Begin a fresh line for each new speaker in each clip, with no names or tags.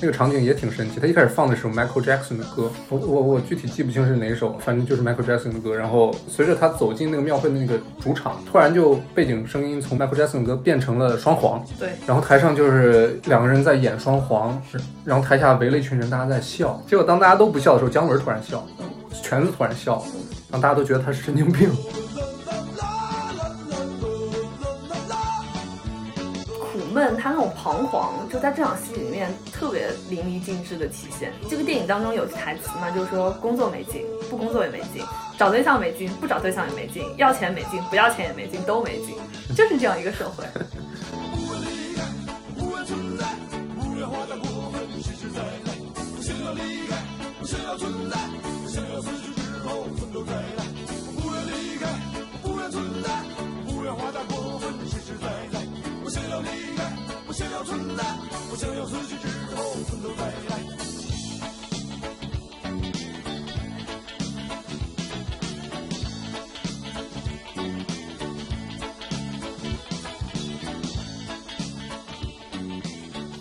那个场景也挺神奇。他一开始放的是 Michael Jackson 的歌，我我我具体记不清是哪首，反正就是 Michael Jackson 的歌。然后随着他走进那个庙会的那个主场，突然就背景声音从 Michael Jackson 的歌变成了双簧，
对，
然后台上就是两个人在演双簧，然后台下围了一群人，大家在笑。结果当大家都不笑的时候，姜文突然笑，全子突然笑，让大家都觉得他是神经病。
苦闷，他那种彷徨，就在这场戏里面特别淋漓尽致的体现。这个电影当中有句台词嘛，就是说工作没劲，不工作也没劲；找对象没劲，不找对象也没劲；要钱没劲，不要钱也没劲，都没劲，就是这样一个社会。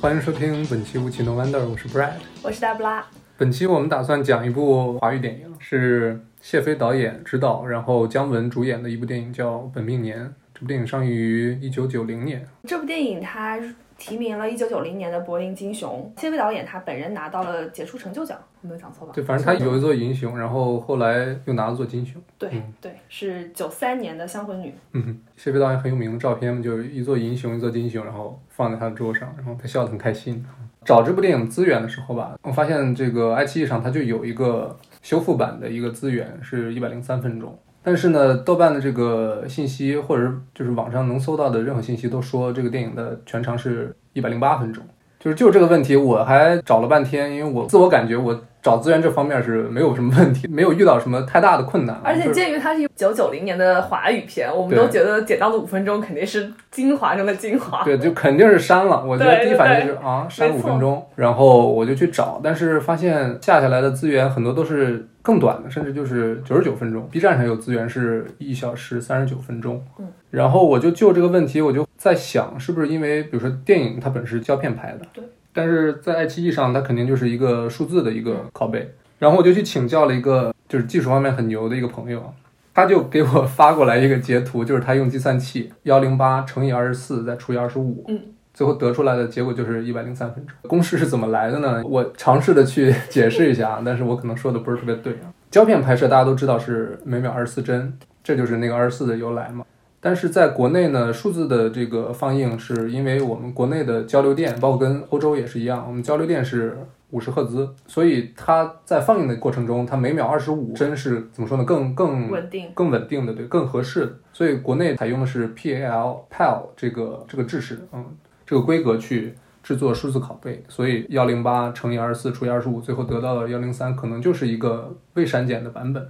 欢迎收听本期《无奇 No Wonder》，我是 Brad。
我是大布拉，
本期我们打算讲一部华语电影，是谢飞导演执导，然后姜文主演的一部电影，叫《本命年》。这部电影上映于一九九零年，
这部电影它提名了1990年的柏林金熊，谢飞导演他本人拿到了杰出成就奖，我没有讲错吧？
对，反正他有一座银熊，然后后来又拿了座金熊。
对对，是93年的《香魂女》。
嗯哼，谢飞导演很有名的照片，就是一座银熊，一座金熊，然后放在他的桌上，然后他笑得很开心。找这部电影资源的时候吧，我发现这个爱奇艺上它就有一个修复版的一个资源，是一百零三分钟。但是呢，豆瓣的这个信息，或者是就是网上能搜到的任何信息，都说这个电影的全长是一百零八分钟。就是就这个问题，我还找了半天，因为我自我感觉我找资源这方面是没有什么问题，没有遇到什么太大的困难。
而
就
且
是
鉴于它是一九九零年的华语片，我们都
对
觉得剪到了五分钟肯定是精华中的精华。
对，就肯定是删了。我觉得
对
第一反应就是啊，删
没
五
错
分钟，然后我就去找，但是发现下下来的资源很多都是更短的，甚至就是九十九分钟。B 站上有资源是一小时三十九分钟。
嗯，
然后我就就这个问题，我就在想，是不是因为比如说电影它本身是胶片拍的，
对，
但是在爱奇艺上它肯定就是一个数字的一个
嗯
拷贝。然后我就去请教了一个就是技术方面很牛的一个朋友，他就给我发过来一个截图，就是他用计算器幺零八乘以二十四再除以二十五，
嗯，
最后得出来的结果就是一百零三分钟。公式是怎么来的呢？我尝试的去解释一下啊，但是我可能说的不是特别对啊。胶片拍摄大家都知道是每秒二十四帧，这就是那个二十四的由来嘛。但是在国内呢，数字的这个放映是因为我们国内的交流电，包括跟欧洲也是一样，我们交流电是五十赫兹，所以它在放映的过程中，它每秒二十五帧是怎么说呢？更更
稳定
更稳定的，对，更合适的。所以国内采用的是 PAL PAL 这个这个制式，嗯，这个规格去制作数字拷贝，所以幺零八乘以二十四除以二十五，最后得到了幺零三，可能就是一个未删减的版本。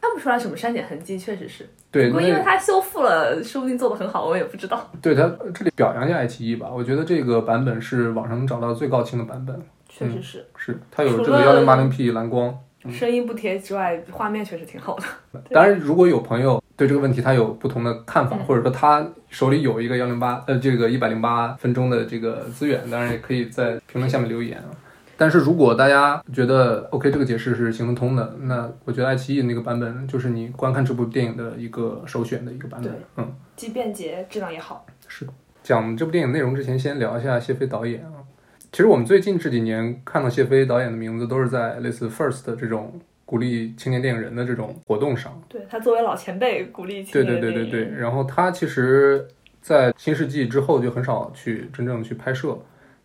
看不出来什么删减痕迹，确实是。
对，嗯
不过因为
那
它修复了，说不定做的很好，我们也不知道。
对它这里表扬一下爱奇艺吧，我觉得这个版本是网上能找到最高清的版本，
确实是，
是它有这
除
个
了
幺零八零 P 蓝光。
声音不贴之外，画面确实挺好的。
当然，如果有朋友对这个问题他有不同的看法，或者说他手里有一个幺零八呃这个一百零八分钟的这个资源，当然也可以在评论下面留言啊。但是如果大家觉得 OK 这个解释是行得通的，那我觉得爱奇艺那个版本就是你观看这部电影的一个首选的一个版本
对。
嗯，
既便捷，质量也好。
是。讲这部电影内容之前，先聊一下谢飞导演啊。其实我们最近这几年看到谢飞导演的名字，都是在类似 First 的这种鼓励青年电影人的这种活动上。
对他作为老前辈，鼓励青
对
年
对
的
对对
电影
对，然后他其实，在新世纪之后就很少去真正去拍摄，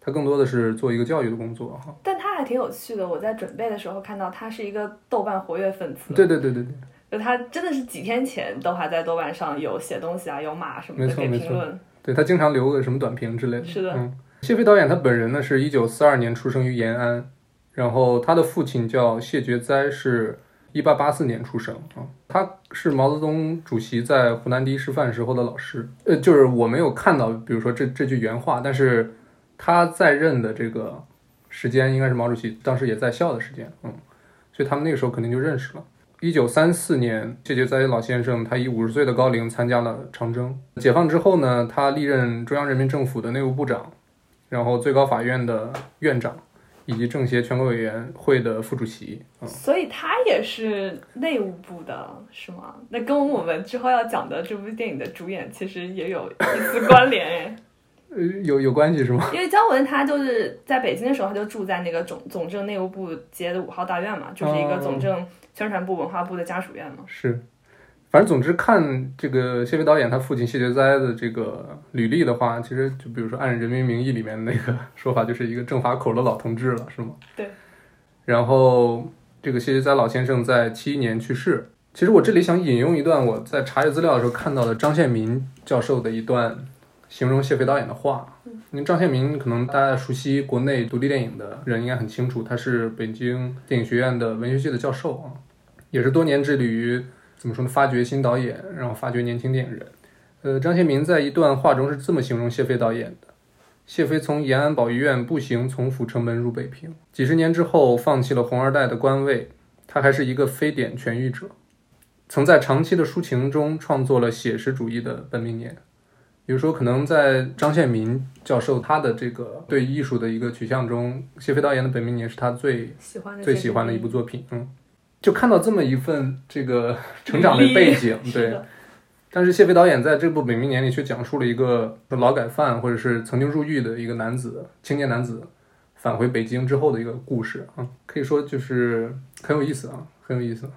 他更多的是做一个教育的工作哈。
但他还挺有趣的。我在准备的时候看到他是一个豆瓣活跃粉丝，
对对对对对，
就他真的是几天前都还在豆瓣上有写东西啊，有码什么
没
的
错
给
没
评
错
论。
对他经常留个什么短评之类的。
是的
嗯，谢飞导演他本人呢是一九四二年出生于延安，然后他的父亲叫谢觉哉，是一八八四年出生啊。他是毛泽东主席在湖南第一师范时候的老师，呃，就是我没有看到，比如说这这句原话，但是他在任的这个时间应该是毛主席当时也在校的时间，嗯，所以他们那个时候肯定就认识了。一九三四年，谢觉哉老先生他以五十岁的高龄参加了长征。解放之后呢，他历任中央人民政府的内务部长，然后最高法院的院长，以及政协全国委员会的副主席。嗯，
所以他也是内务部的，是吗？那跟我们之后要讲的这部电影的主演其实也有一丝关联哎。
呃有有关系是吗？
因为姜文他就是在北京的时候，他就住在那个总总政内务部街的五号大院嘛，就是一个总政宣传部文化部的家属院嘛。
是，反正总之看这个谢飞导演他父亲谢觉哉的这个履历的话，其实就比如说按《人民名义》里面那个 说法，就是一个政法口的老同志了，是吗？
对。
然后这个谢觉哉老先生在七一年去世。其实我这里想引用一段我在查阅资料的时候看到的张献民教授的一段形容谢飞导演的话。因为张献民可能大家熟悉国内独立电影的人应该很清楚，他是北京电影学院的文学系的教授啊，也是多年致力于怎么说呢，发掘新导演，然后发掘年轻电影人。呃，张献民在一段话中是这么形容谢飞导演的：谢飞从延安保育院步行从阜成门入北平，几十年之后放弃了红二代的官位，他还是一个非典痊愈者，曾在长期的抒情中创作了写实主义的本命年。比如说，可能在张献民教授他的这个对艺术的一个取向中，谢飞导演的《本命年》是他最
喜欢的
最喜欢的一部作品。嗯，就看到这么一份这个 成长的背景，对。
对，
但是谢飞导演在这部《本命年》里却讲述了一个劳改犯或者是曾经入狱的一个男子，青年男子返回北京之后的一个故事啊、嗯可以说就是很有意思啊，很有意思。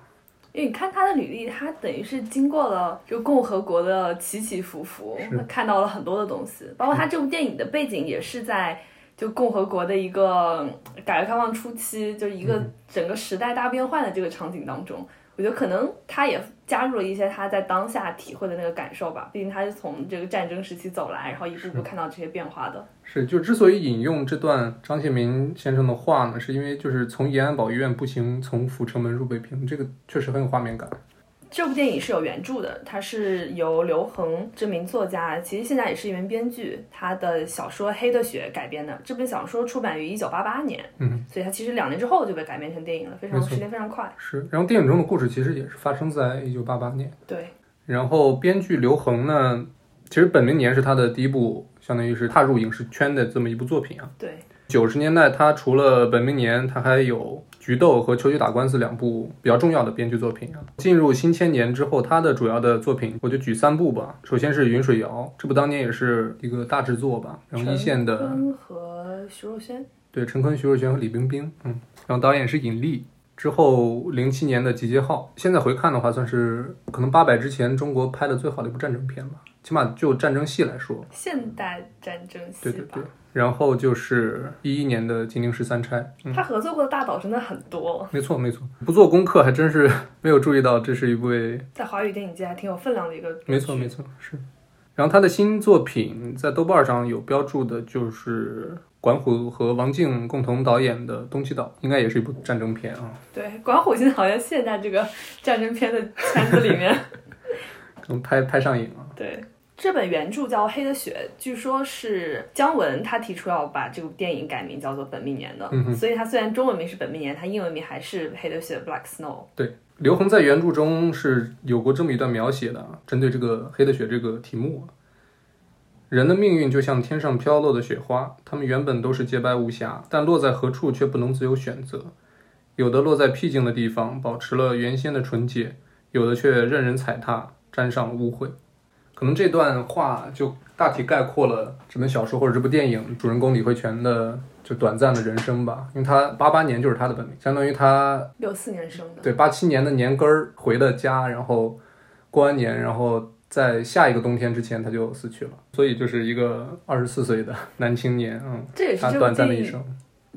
因为你看他的履历，他等于是经过了就共和国的起起伏伏，他看到了很多的东西，包括他这部电影的背景也是在就共和国的一个改革开放初期，就一个整个时代大变换的这个场景当中。我觉得可能他也加入了一些他在当下体会的那个感受吧，毕竟他是从这个战争时期走来，然后一步步看到这些变化的。
是，就之所以引用这段张献民先生的话呢，是因为就是从延安保育院步行从阜成门入北平，这个确实很有画面感。
这部电影是有原著的，它是由刘恒这名作家，其实现在也是一名编剧，他的小说《黑的血》改编的。这本小说出版于一九八八年，
嗯，
所以它其实两年之后就被改编成电影了，非常时间非常快。
是，然后电影中的故事其实也是发生在一九八八年。
对，
然后编剧刘恒呢，其实本命年是他的第一部，相当于是踏入影视圈的这么一部作品啊。
对，
九十年代，他除了本命年，他还有《菊豆》和《秋菊打官司》两部比较重要的编剧作品啊。进入新千年之后，他的主要的作品我就举三部吧。首先是《云水谣》，这部当年也是一个大制作吧，然后一线的
陈坤和徐若瑄，
对，陈坤、徐若瑄和李冰冰，嗯，然后导演是尹力。之后零七年的《集结号》，现在回看的话，算是可能八百之前中国拍的最好的一部战争片吧，起码就战争戏来说。
现代战争戏
对
吧。
对对。然后就是一一年的《金陵十三钗》，嗯，
他合作过的大导真的很多，
没错没错，不做功课还真是没有注意到这是一位，
在华语电影界还挺有分量的一个。
没错没。错是。然后他的新作品在豆瓣上有标注的，就是管虎和王静共同导演的《东西岛》，应该也是一部战争片啊。
对，管虎现在好像陷在这个战争片的圈子里面。
可能拍拍上瘾了。
对，这本原著叫《黑的血》，据说是姜文他提出要把这部电影改名叫做《本命年》的，
嗯
所以他虽然中文名是《本命年》，他英文名还是《黑的血》（Black Snow）。
对，刘恒在原著中是有过这么一段描写的啊，针对这个黑的雪这个题目啊。人的命运就像天上飘落的雪花，他们原本都是洁白无瑕，但落在何处却不能自由选择。有的落在僻静的地方，保持了原先的纯洁；有的却任人踩踏，沾上了污秽。可能这段话就大体概括了这本小说或者这部电影主人公李慧泉的就短暂的人生吧，因为他八八年就是他的本命，相当于他
六四年生的，
对，八七年的年根儿回的家，然后过完年，然后在下一个冬天之前他就死去了，所以就是一个二十四岁的 男青年，嗯，
这也是
他
这部
短暂
电
的一
影
生，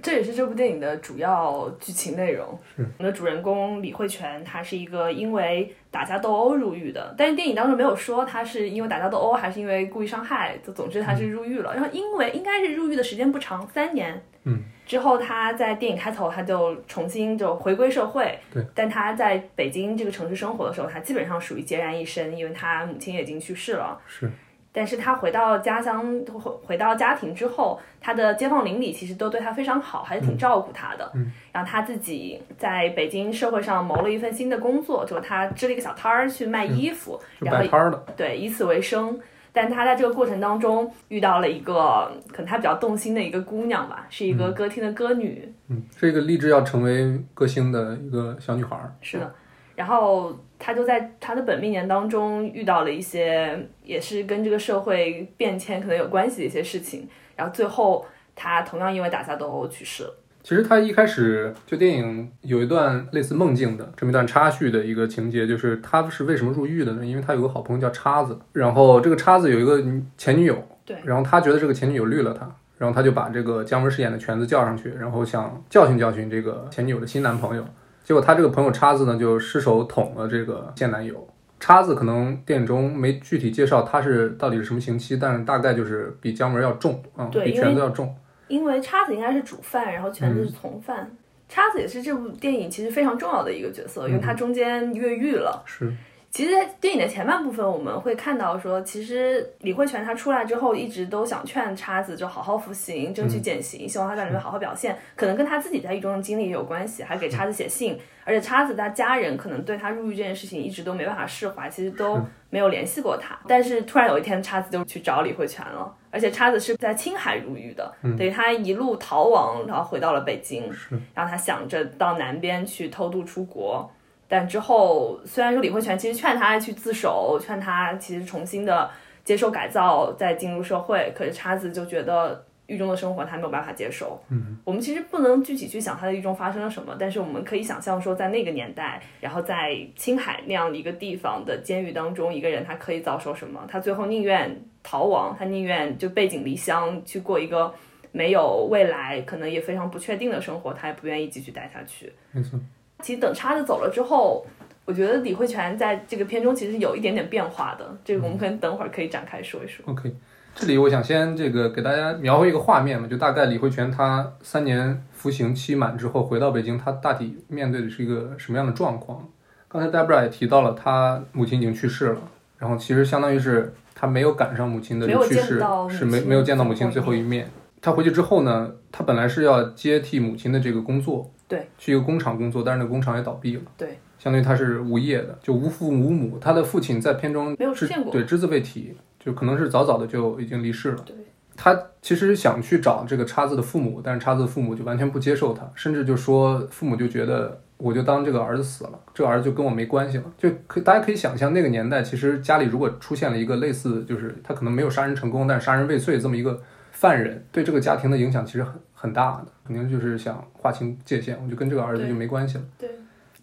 这也是这部电影的主要剧情内容。我们的主人公李慧泉，他是一个因为打架斗殴入狱的，但是电影当中没有说他是因为打架斗殴还是因为故意伤害，就总之他是入狱了。然后因为应该是入狱的时间不长，三年。
嗯。
之后他在电影开头他就重新就回归社会。
对。
但他在北京这个城市生活的时候，他基本上属于孑然一身，因为他母亲也已经去世了。
是
但是他回到家乡，回回到家庭之后，他的街坊邻里其实都对他非常好，还是挺照顾他的。嗯，然后他自己在北京社会上谋了一份新的工作，就是他支了一个小摊儿去卖衣服，
就
然后
摆摊儿的，
对以此为生。但他在这个过程当中遇到了一个可能他比较动心的一个姑娘吧，是一个歌厅的歌女，
嗯，是一个立志要成为歌星的一个小女孩儿。
是的，嗯然后他就在他的本命年当中遇到了一些也是跟这个社会变迁可能有关系的一些事情，然后最后他同样因为打架斗殴去世了。
其实他一开始就电影有一段类似梦境的这么一段插叙的一个情节，就是他是为什么入狱的呢？因为他有个好朋友叫叉子，然后这个叉子有一个前女友，
对，
然后他觉得这个前女友绿了他，然后他就把这个姜文饰演的全子叫上去，然后想教训教训这个前女友的新男朋友，结果他这个朋友叉子呢就失手捅了这个现男友。叉子可能电影中没具体介绍他是到底是什么刑期，但是大概就是比姜文要重，嗯，
对
比
因为
全子要重。
因为叉子应该是主犯，然后全子是从犯。叉子也是这部电影其实非常重要的一个角色，因为他中间越狱了，
是，
其实，在电影的前半部分，我们会看到说，其实李慧泉她出来之后，一直都想劝叉子就好好服刑，争取减刑，希望他在里面好好表现。可能跟他自己在狱中的经历也有关系，还给叉子写信，而且叉子他家人可能对他入狱这件事情一直都没办法释怀，其实都没有联系过他。但是突然有一天，叉子就去找李慧泉了，而且叉子是在青海入狱的，等于他一路逃亡，然后回到了北京，然后他想着到南边去偷渡出国。但之后虽然说李慧泉其实劝他去自首，劝他其实重新的接受改造，再进入社会，可是叉子就觉得狱中的生活他没有办法接受。嗯，我们其实不能具体去想他在狱中发生了什么，但是我们可以想象说，在那个年代，然后在青海那样的一个地方的监狱当中，一个人他可以遭受什么？他最后宁愿逃亡，他宁愿就背井离乡去过一个。没有未来，可能也非常不确定的生活，他也不愿意继续待下去。
没错。
其实等叉子走了之后，我觉得李慧泉在这个片中其实有一点点变化的，这个我们
嗯
可能等会儿可以展开说一说。
OK，这里我想先这个给大家描绘一个画面嘛，就大概李慧泉他三年服刑期满之后回到北京，他大体面对的是一个什么样的状况？刚才 Debra 也提到了，他母亲已经去世了，然后其实相当于是他没有赶上母亲的
没有
去
见
世
到，母
是没
亲
没有见到
最
母亲
后一
最后一面。他回去之后呢，他本来是要接替母亲的这个工作，
对，
去一个工厂工作，但是那个工厂也倒闭了，
对，
相当于他是无业的，就无父无母。他的父亲在片中
没有出
只
现过
对，只字未提，就可能是早早的就已经离世了。
对，
他其实想去找这个叉子的父母，但是叉子的父母就完全不接受他，甚至就说父母就觉得我就当这个儿子死了，这个儿子就跟我没关系了。就可以大家可以想象那个年代，其实家里如果出现了一个类似就是他可能没有杀人成功，但是杀人未遂这么一个犯人，对这个家庭的影响其实很很大的，肯定就是想划清界限，我就跟这个儿子
对
就没关系了。
对，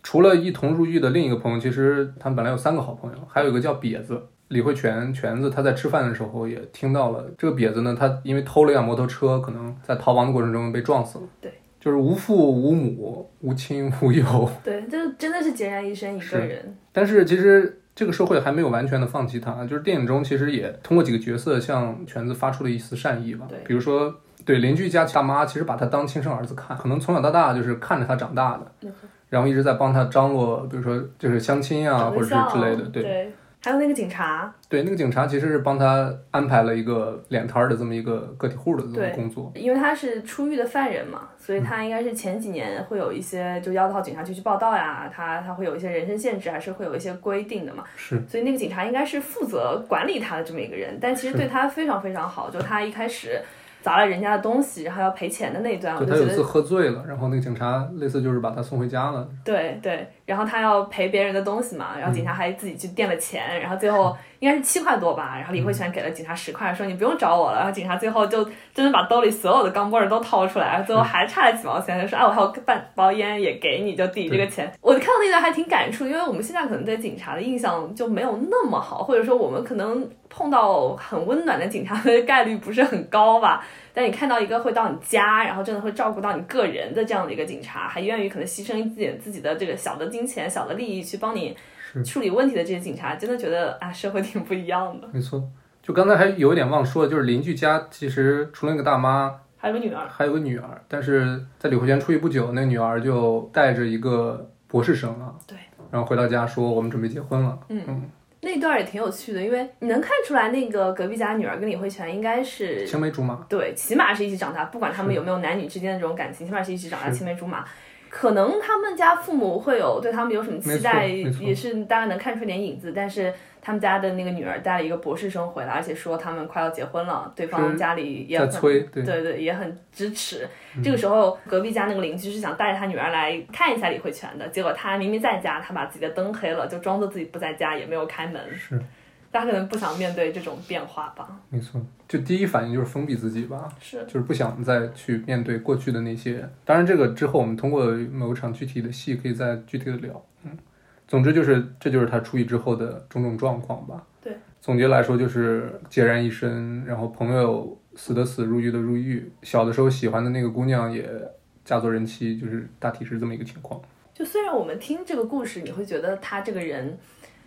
除了一同入狱的另一个朋友，其实他们本来有三个好朋友，还有一个叫瘪子。李慧泉泉子他在吃饭的时候也听到了这个瘪子呢，他因为偷了一辆摩托车，可能在逃亡的过程中被撞死了。
对，
就是无父无母、无亲无友。
对，这真的是孑然一身一个人。
但是其实这个社会还没有完全的放弃他，就是电影中其实也通过几个角色向全子发出了一丝善意吧
对。
比如说，对邻居家大妈其实把他当亲生儿子看，可能从小到大就是看着他长大的，然后一直在帮他张罗，比如说就是相亲啊，
找
或者
对
是
象
之类的。对
对，还有那个警察，
对，那个警察其实是帮他安排了一个脸摊儿的这么一个个体户的这
对
种工作。
因为他是出狱的犯人嘛，所
嗯
以他应该是前几年会有一些就要到警察局去报道呀，他他会有一些人身限制，还是会有一些规定的嘛。
是，
所以那个警察应该是负责管理他的这么一个人，但其实对他非常非常好，就他一开始砸了人家的东西，然后要赔钱的那一啊段，我
就
就
他
觉
有一次
得
喝醉了，然后那个警察类似就是把他送回家了。
对对，然后他要赔别人的东西嘛，然后警察还自己去垫了钱，然后最后应该是七块多吧，然后李慧泉给了警察十块，说你不用找我了，然后警察最后就真的把兜里所有的钢镚儿都掏出来，最后还差了几毛钱，就说啊我还有半包烟也给你，就抵这个钱。我看到那段还挺感触，因为我们现在可能对警察的印象就没有那么好，或者说我们可能碰到很温暖的警察的概率不是很高吧。但你看到一个会到你家，然后真的会照顾到你个人的这样的一个警察，还愿意可能牺牲一点自己的这个小的金钱、小的利益去帮你处理问题的这些警察，真的觉得啊，社会挺不一样的。
没错，就刚才还有一点忘说，就是邻居家其实除了那个大妈，
还有个女儿，
还有个女儿，但是在李慧泉出狱不久，那个女儿就带着一个博士生啊，
对，
然后回到家说我们准备结婚了。
那段也挺有趣的，因为你能看出来那个隔壁家女儿跟李慧泉应该是
青梅竹马，
对，起码是一起长大，不管他们有没有男女之间的这种感情，起码是一起长大，青梅竹马。可能他们家父母会有对他们有什么期待，
没错没错
也是大概能看出点影子。但是他们家的那个女儿带了一个博士生回来，而且说他们快要结婚了，对方
是
家里也
在
很
催，对，嗯
对对，也很支持。这个时候，隔壁家那个邻居是想带着他女儿来看一下李慧泉的，结果他明明在家，他把自己的灯黑了，就装作自己不在家，也没有开门。
是
他可能不想面对这种变化吧。
没错。就第一反应就是封闭自己吧，
是，
就是不想再去面对过去的那些。当然，这个之后我们通过某场具体的戏可以再具体的聊。嗯，总之就是这就是他出狱之后的种种状况吧。
对，
总结来说就是孑然一身，然后朋友死的死，入狱的入狱，小的时候喜欢的那个姑娘也嫁作人妻，就是大体是这么一个情况。
就虽然我们听这个故事，你会觉得他这个人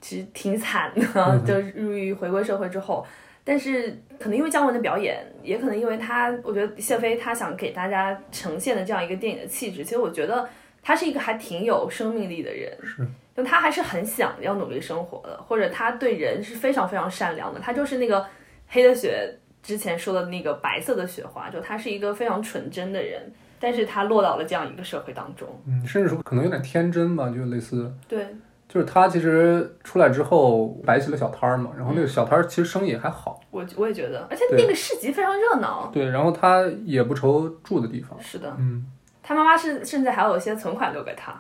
其实挺惨
嗯
的，就是入狱回归社会之后。但是可能因为姜文的表演，也可能因为他，我觉得谢飞他想给大家呈现的这样一个电影的气质，其实我觉得他是一个还挺有生命力的人，
是，
就他还是很想要努力生活的，或者他对人是非常非常善良的，他就是那个黑的雪之前说的那个白色的雪花，就他是一个非常纯真的人，但是他落到了这样一个社会当中，
嗯，甚至说可能有点天真吧，就类似
对，
就是他其实出来之后摆起了小摊儿嘛，然后那个小摊儿其实生意也还好，
我我也觉得，而且
对
那个市集非常热闹。
对，然后他也不愁住的地方，
是的，
嗯，
他妈妈是甚至还有一些存款留给他。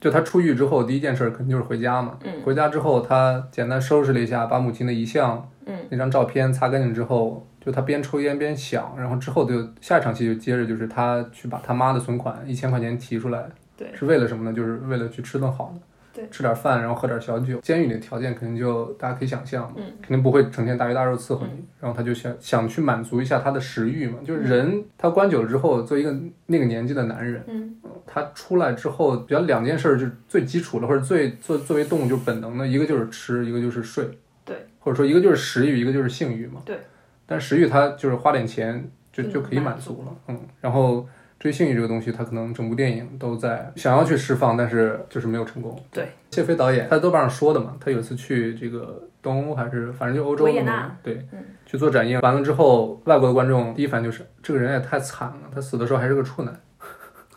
就他出狱之后第一件事儿肯定就是回家嘛，
嗯
回家之后他简单收拾了一下，把母亲的遗像，
嗯，
那张照片擦干净之后，就他边抽烟边想，然后之后就下一场戏就接着就是他去把他妈的存款一千块钱提出来，
对
是为了什么呢？就是为了去吃顿好的。
对
吃点饭，然后喝点小酒。监狱里的条件肯定就大家可以想象，
嗯
肯定不会成天大鱼大肉伺候你。然后他就想想去满足一下他的食欲嘛，就是人、他关久了之后，作为一个那个年纪的男人，
嗯，
他出来之后，比较两件事儿就是最基础的，或者最作作为动物就是本能的，一个就是吃，一个就是睡，
对，
或者说一个就是食欲，一个就是性欲嘛。
对，
但食欲它就是花点钱就
嗯
就可以满
满足
足了，嗯。然后至于性欲这个东西，它可能整部电影都在想要去释放，但是就是没有成功。
对，
谢飞导演他在豆瓣上说的嘛，他有一次去这个东欧还是反正就欧洲
维也
那边
纳，
对，
嗯
去做展映，完了之后，外国的观众第一反应就是这个人也太惨了，他死的时候还是个处男。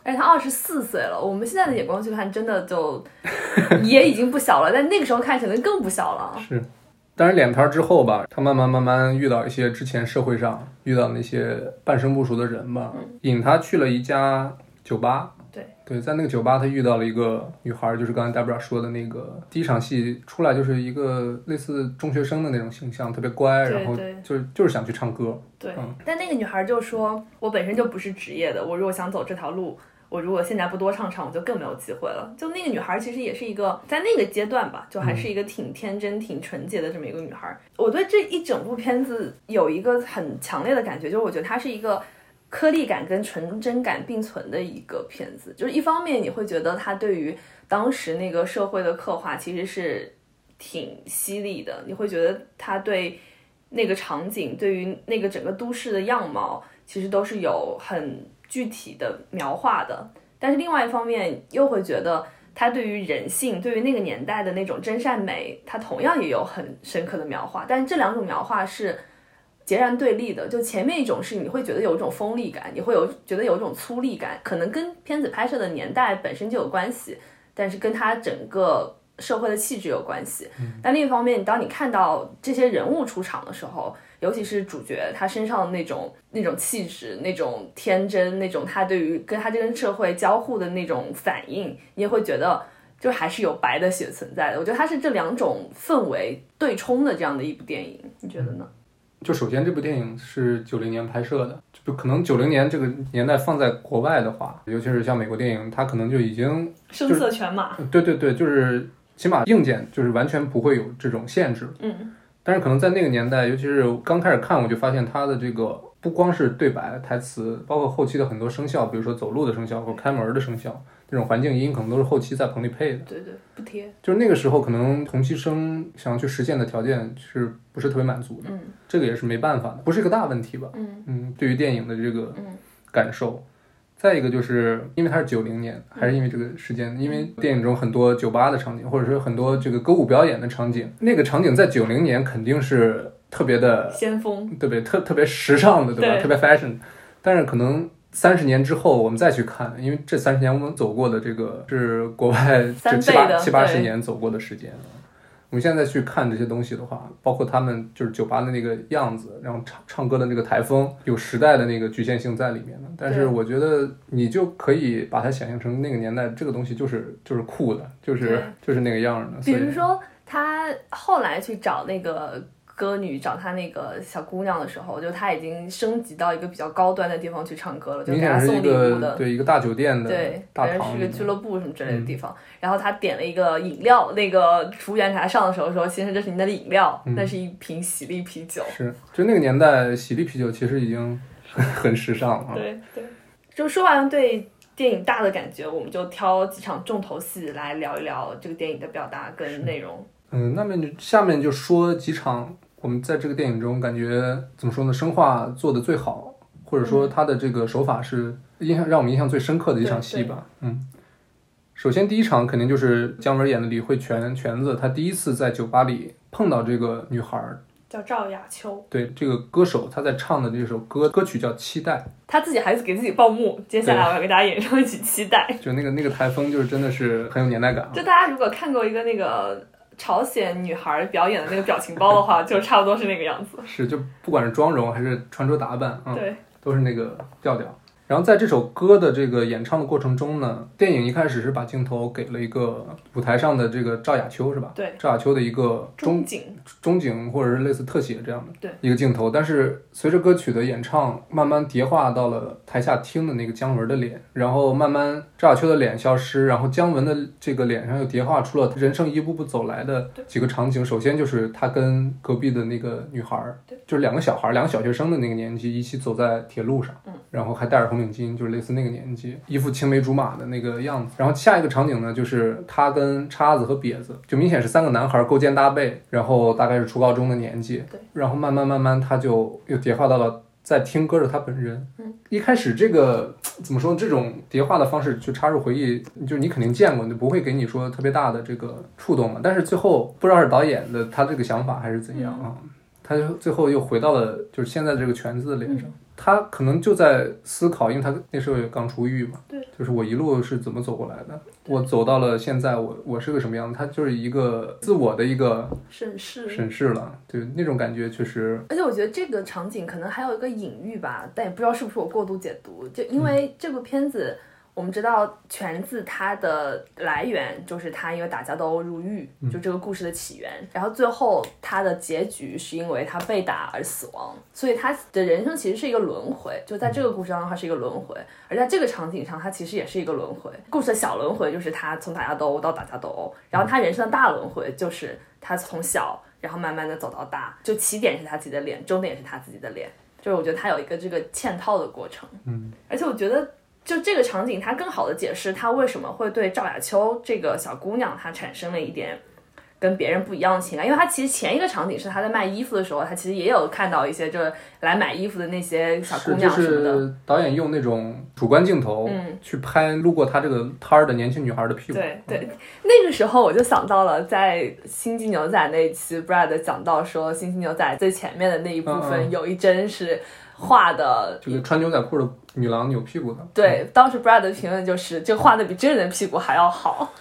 而且哎他二十四岁了，我们现在的眼光去看，真的就 也已经不小了，但那个时候看可能更不小了。
是，当然脸摊之后吧，他慢慢慢慢遇到一些之前社会上遇到那些半生不熟的人吧，引他去了一家酒吧。
嗯对
对，在那个酒吧，他遇到了一个女孩，就是刚才 Debra 说的那个，第一场戏出来就是一个类似中学生的那种形象，特别乖，
对
然后
对
就是就是想去唱歌。
对，
嗯
但那个女孩就说：“我本身就不是职业的，我如果想走这条路，我如果现在不多唱唱，我就更没有机会了。”就那个女孩其实也是一个在那个阶段吧，就还是一个挺天真、挺纯洁的这么一个女孩。我对这一整部片子有一个很强烈的感觉，就是我觉得它是一个。颗粒感跟纯真感并存的一个片子，就是一方面你会觉得它对于当时那个社会的刻画其实是挺犀利的，你会觉得它对那个场景，对于那个整个都市的样貌，其实都是有很具体的描画的。但是另外一方面，又会觉得它对于人性，对于那个年代的那种真善美，它同样也有很深刻的描画。但是这两种描画是截然对立的。就前面一种是你会觉得有一种锋利感，你会有觉得有一种粗粝感，可能跟片子拍摄的年代本身就有关系，但是跟它整个社会的气质有关系。但另一方面，当你看到这些人物出场的时候，尤其是主角他身上的那种那种气质、那种天真、那种他对于跟他这跟社会交互的那种反应，你也会觉得就还是有白的血存在的。我觉得它是这两种氛围对冲的这样的一部电影，你觉得呢？
就首先这部电影是九零年拍摄的，就可能九零年这个年代放在国外的话，尤其是像美国电影，它可能就已经
声色犬马，
嗯对对对，就是起码硬件就是完全不会有这种限制，
嗯，
但是可能在那个年代，尤其是刚开始看，我就发现它的这个不光是对白、台词，包括后期的很多声效，比如说走路的声效或开门的声效，那种环境音可能都是后期在棚里配的。
对对，不贴，
就是那个时候，可能同期生想要去实现的条件是不是特别满足的？
嗯
这个也是没办法的，不是一个大问题吧？
嗯
嗯，对于电影的这个
嗯
感受。再一个就是因为它是九零年，还是因为这个时
嗯
间，因为电影中很多酒吧的场景，或者说很多这个歌舞表演的场景，那个场景在九零年肯定是特别的，
先锋，
对不对？特特别时尚的，对吧？
对
特别 fashion。但是可能三十年之后我们再去看，因为这三十年我们走过的这个是国外
三
这七
倍
八
的
七八十
对
年走过的时间。啊我们现在去看这些东西的话，包括他们就是酒吧的那个样子，然后唱唱歌的那个台风，有时代的那个局限性在里面的。但是
对
我觉得你就可以把它想象成那个年代这个东西就是就是酷的，就是就是那个样儿的。
比
啊所以
如说他后来去找那个歌女，找他那个小姑娘的时候，就他已经升级到一个比较高端的地方去唱歌了，就
明
给他
显是
送
一
礼物
个
的。
对一个大酒店的
对，
大
反正
堂
是
里
个
面，嗯
俱乐部什么之类的地方，然后他点了一个饮料，那个服务员给他上的时候说：“先生，这是您的饮料，
嗯
那是一瓶喜力啤酒。
是就那个年代，喜力啤酒其实已经很 时尚了。
对对，就说完对电影大的感觉，我们就挑几场重头戏来聊一聊这个电影的表达跟内容。
嗯，那么你下面就说几场我们在这个电影中感觉怎么说呢？生化做的最好，或者说它的这个手法是印象让我们印象最深刻的一场戏吧。嗯，首先第一场肯定就是姜文演的李慧泉泉子，他第一次在酒吧里碰到这个女孩儿，
叫赵雅秋，
对这个歌手，他在唱的这首歌歌曲叫《期待
他自己还给自己报幕，接下来我要给大家演唱一曲《期待》。》，
就那个那个台风就是真的是很有年代感啊。
就大家如果看过一个那个朝鲜女孩表演的那个表情包 的话，就差不多是那个样子。
是，就不管是妆容还是穿着打扮，嗯，
对，
都是那个调调。然后在这首歌的这个演唱的过程中呢，电影一开始是把镜头给了一个舞台上的这个赵雅秋是吧？
对，
赵雅秋的一个中
中景
中景或者是类似特写这样的
对
一个镜头，但是随着歌曲的演唱慢慢叠化到了台下听的那个姜文的脸，然后慢慢赵雅秋的脸消失，然后姜文的这个脸上又叠化出了人生一步步走来的几个场景。首先就是他跟隔壁的那个女孩儿，就是两个小孩儿，两个小学生的那个年纪一起走在铁路上，然后还戴着红领巾，就是类似那个年纪，一副青梅竹马的那个样子。然后下一个场景呢，就是他跟叉子和瘪子，就明显是三个男孩勾肩搭背，然后大概是初高中的年纪，
对，
然后慢慢慢慢他就又叠化到了。在听歌的他本人，嗯，一开始这个怎么说呢？这种叠化的方式去插入回忆，就是你肯定见过，你不会给你说特别大的这个触动嘛。但是最后不知道是导演的他这个想法还是怎样啊，他就最后又回到了就是现在这个全子的脸上。他可能就在思考，因为他那时候也刚出狱嘛，
对，
就是我一路是怎么走过来的，我走到了现在我，我是个什么样子，他就是一个自我的一个
审视。
审视了，对那种感觉确实，
而且我觉得这个场景可能还有一个隐喻吧，但也不知道是不是我过度解读。就因
嗯
为这部片子，我们知道全自它的来源就是他因为打架斗殴入狱，就这个故事的起源。然后最后他的结局是因为他被打而死亡，所以他的人生其实是一个轮回。就在这个故事当中，它是一个轮回，而在这个场景上，它其实也是一个轮回。故事的小轮回就是他从打架斗殴到打架斗殴，然后他人生的大轮回就是他从小。然后慢慢的走到大，就起点是他自己的脸，终点也是他自己的脸，就是我觉得他有一个这个嵌套的过程，嗯，而且我觉得就这个场景，它更好的解释他为什么会对赵雅秋这个小姑娘她产生了一点跟别人不一样的情感，因为她其实前一个场景是她在卖衣服的时候，她其实也有看到一些就是来买衣服的那些小姑
是就
娘什么的，嗯
是导演用那种主观镜头去拍路过他这个摊儿的年轻女孩的屁股，嗯
对对，那个时候我就想到了，在《星际牛仔》那一期，Brad 讲到说，《星际牛仔》最前面的那一部
嗯
分有一帧是画的。
这个穿牛仔裤的女郎扭屁股的，
对，当时 Brad 的评论就是这画的比真人的屁股还要好。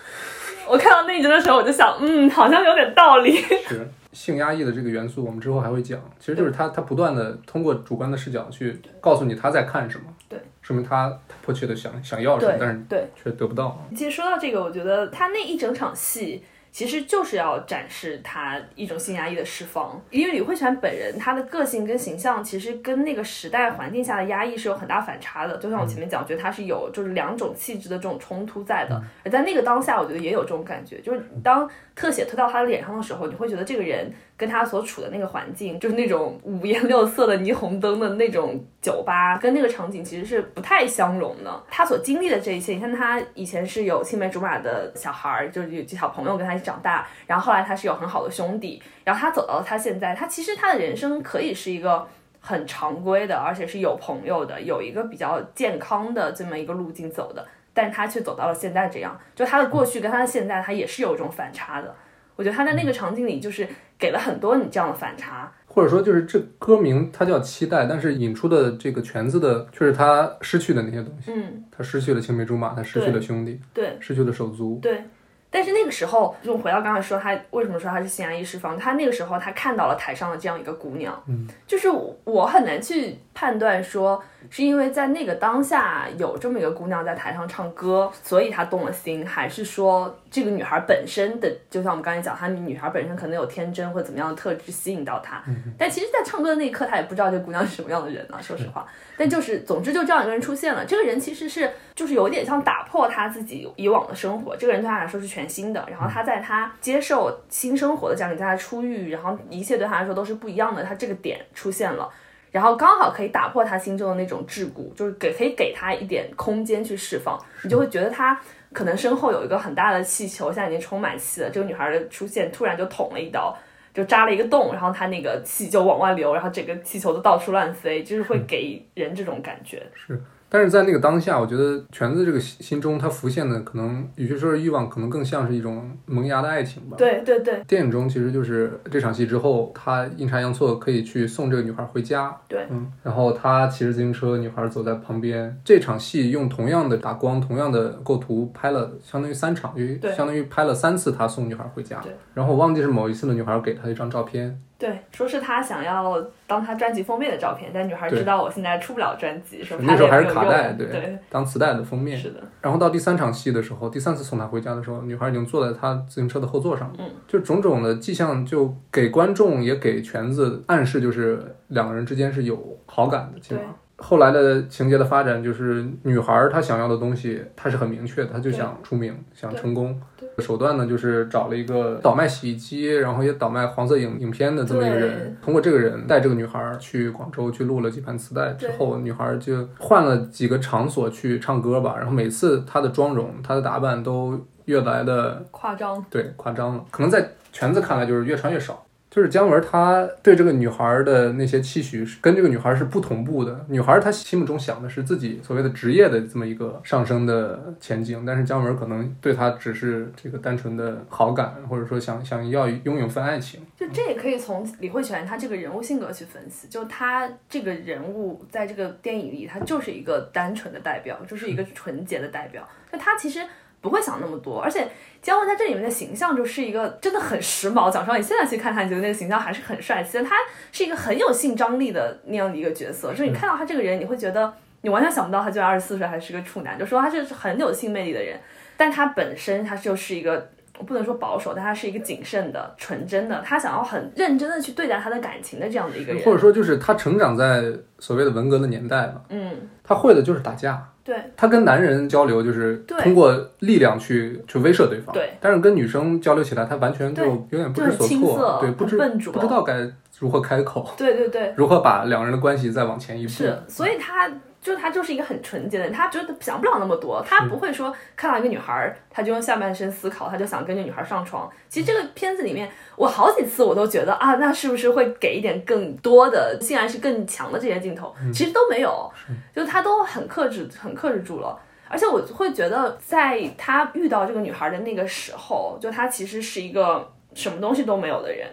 我看到那一帧的时候，我就想，嗯，好像有点道理。
嗯是性压抑的这个元素，我们之后还会讲。其实就是他他不断的通过主观的视角去告诉你他在看什么，
对，
说明他他迫切的想想要什么，但是
对，
却得不到。啊
其实说到这个，我觉得他那一整场戏其实就是要展示他一种性压抑的释放，因为李慧泉本人他的个性跟形象其实跟那个时代环境下的压抑是有很大反差的。就
嗯
像我前面讲，我觉得他是有就是两种气质的这种冲突在
嗯
的，而在那个当下，我觉得也有这种感觉，就是当特写推到他的脸上的时候，你会觉得这个人跟他所处的那个环境，就是那种五颜六色的霓虹灯的那种酒吧，跟那个场景其实是不太相容的。他所经历的这一切，你看他以前是有青梅竹马的小孩儿，就是有小朋友跟他一起长大，然后后来他是有很好的兄弟，然后他走到他现在，他其实他的人生可以是一个。很常规的，而且是有朋友的，有一个比较健康的这么一个路径走的，但是他却走到了现在这样，就他的过去跟他的现在，他也是有一种反差的。我觉得他在那个场景里就是给了很多你这样的反差，
或者说就是这歌名它叫期待，但是引出的这个全字的却是他失去的那些东西，
嗯，
他失去了青梅竹马，他失去了兄弟，
对。
失去了手足，
对，但是那个时候，就回到刚才说他为什么说他是心安一释放，他那个时候他看到了台上的这样一个姑娘，
嗯，
就是我我很难去判断说是因为在那个当下有这么一个姑娘在台上唱歌，所以他动了心，还是说这个女孩本身的，就像我们刚才讲，她女孩本身可能有天真或怎么样的特质吸引到他，但其实，在唱歌的那一刻，他也不知道这姑娘是什么样的人啊，说实话，但就是总之就这样一个人出现了，这个人其实是就是有点像打破他自己以往的生活，这个人对他来说是全新的。然后他在他接受新生活的这样一个他初遇，然后一切对他来说都是不一样的。他这个点出现了，然后刚好可以打破他心中的那种桎梏，就是给可以给他一点空间去释放，你就会觉得他。可能身后有一个很大的气球，现在已经充满气了。这个女孩的出现突然就捅了一刀，就扎了一个洞，然后她那个气就往外流，然后整个气球都到处乱飞，就是会
嗯
给人这种感觉。
是。但是在那个当下，我觉得全子这个心心中，它浮现的可能，与其说是欲望，可能更像是一种萌芽的爱情吧。
对对对
电影中其实就是这场戏之后，他阴差阳错可以去送这个女孩回家。
对，
嗯，然后他骑着自行车，女孩走在旁边。这场戏用同样的打光、同样的构图拍了，相当于三场，因
对
为相当于拍了三次他送女孩回家
对。
然后我忘记是某一次的女孩给他一张照片，
对，说是他想要当他专辑封面的照片，但女孩知
对
道我现在出不了专辑，说
那时候
拍
还
了
是
也没有
卡带，嗯
用对，
当磁带的封面。
是的，
然后到第三场戏的时候，第三次送她回家的时候，女孩已经坐在她自行车的后座上，
嗯，
就种种的迹象，就给观众也给全子暗示，就是两个人之间是有好感的，起码
对。
后来的情节的发展，就是女孩她想要的东西，她是很明确的，她就想出名，想成功。手段呢，就是找了一个倒卖洗衣机，然后也倒卖黄色影影片的这么一个
对
人，通过这个人带这个女孩去广州去录了几盘磁带之后，女孩就换了几个场所去唱歌吧，然后每次她的妆容、她的打扮都越来的
夸张，
对夸张了，可能在全子看来就是越穿越少。就是姜文他对这个女孩的那些期许是跟这个女孩是不同步的。女孩她心目中想的是自己所谓的职业的这么一个上升的前景，但是姜文可能对她只是这个单纯的好感，或者说想想要拥有份爱情。
就这也可以从李慧泉她这个人物性格去分析，就她这个人物在这个电影里，她就是一个单纯的代表，就是一个纯洁的代表。就她其实不会想那么多，而且姜文在这里面的形象就是一个真的很时髦。讲实话，你现在去看他，你觉得那个形象还是很帅气的。他是一个很有性张力的那样的一个角色，
嗯
就是你看到他这个人，你会觉得你完全想不到他居然二十四岁还是个处男，就说他是很有性魅力的人，但他本身他就是一个。我不能说保守，但他是一个谨慎的、纯真的，他想要很认真的去对待他的感情的这样的一个人。
或者说就是她成长在所谓的文革的年代嘛，
嗯，
她会的就是打架。
对，
她跟男人交流就是
对
通过力量去去威慑对方，
对。
但是跟女生交流起来，她完全就
对
有点不
就
知
很
所
青涩
措，对，不
很
知
笨拙
不知道该如何开口。
对对对，
如何把两人的关系再往前一步？
是，所以他就他就是一个很纯洁的人，他觉得想不了那么多，他不会说看到一个女孩儿，他就用下半身思考，他就想跟这女孩儿上床。其实这个片子里面，我好几次我都觉得啊，那是不是会给一点更多的性暗示更强的这些镜头？其实都没有，就他都很克制，很克制住了。而且我会觉得，在他遇到这个女孩的那个时候，就他其实是一个什么东西都没有的人，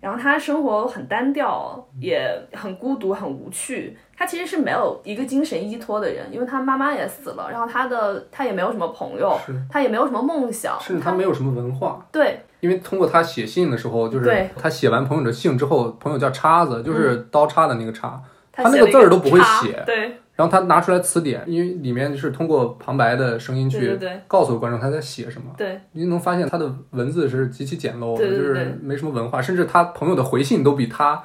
然后他生活很单调，也很孤独，很无趣。他其实是没有一个精神依托的人，因为他妈妈也死了，然后他的他也没有什么朋友
是，
他也没有什么梦想，
甚至他没有什么文化，
对
因为通过他写信的时候，就
对嗯
是他写完朋友的信之后，朋友叫叉子，就是刀叉的那个叉，他那
写
个
了一
字儿都不会
叉
写
对
然后他拿出来词典，因为里面是通过旁白的声音
对对
去
对
告诉观众他在写什么。
对
你能发现他的文字是极其简陋的，
对对
就
对
是没什么文化，甚至他朋友的回信都比 他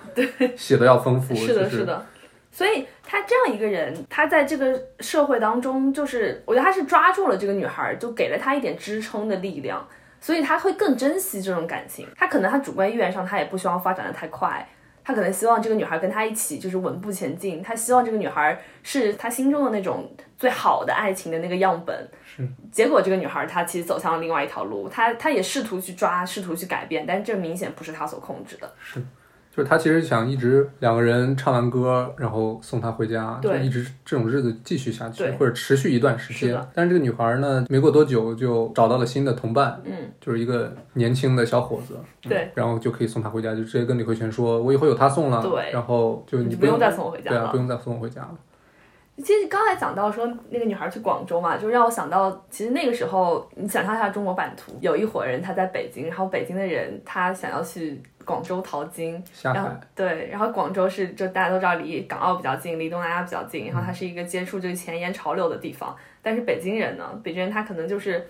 写的要丰富。
是的，。
就是
的。所以他这样一个人，他在这个社会当中，就是我觉得他是抓住了这个女孩儿，就给了她一点支撑的力量，所以他会更珍惜这种感情。他可能他主观意愿上，他也不希望发展的太快，他可能希望这个女孩跟他一起就是稳步前进，他希望这个女孩是他心中的那种最好的爱情的那个样本。
是。
结果这个女孩她其实走向了另外一条路，她她也试图去抓，试图去改变，但这明显不是她所控制的。
就是他其实想一直两个人唱完歌，然后送她回家，就
对
一直这种日子继续下去，
对
或者持续一段时
是
间
的。
但是这个女孩呢，没过多久就找到了新的同伴，
嗯，
就是一个年轻的小伙子，嗯
对，
然后就可以送她回家，就直接跟李慧泉说：“我以后有她送了。”
对
然后就
你
你
就不用再送我回家
对啊，
了
不。用再送我回家了。
其实刚才讲到说那个女孩去广州嘛，就让我想到，其实那个时候你想象一下中国版图，有一伙人他在北京，然后北京的人他想要去广州淘金，
下
然后
海，
对，然后广州是就大家都知道离港澳比较近，离东南亚比较近，然后
嗯
它是一个接触这个前沿潮流的地方。但是北京人呢，北京人他可能就是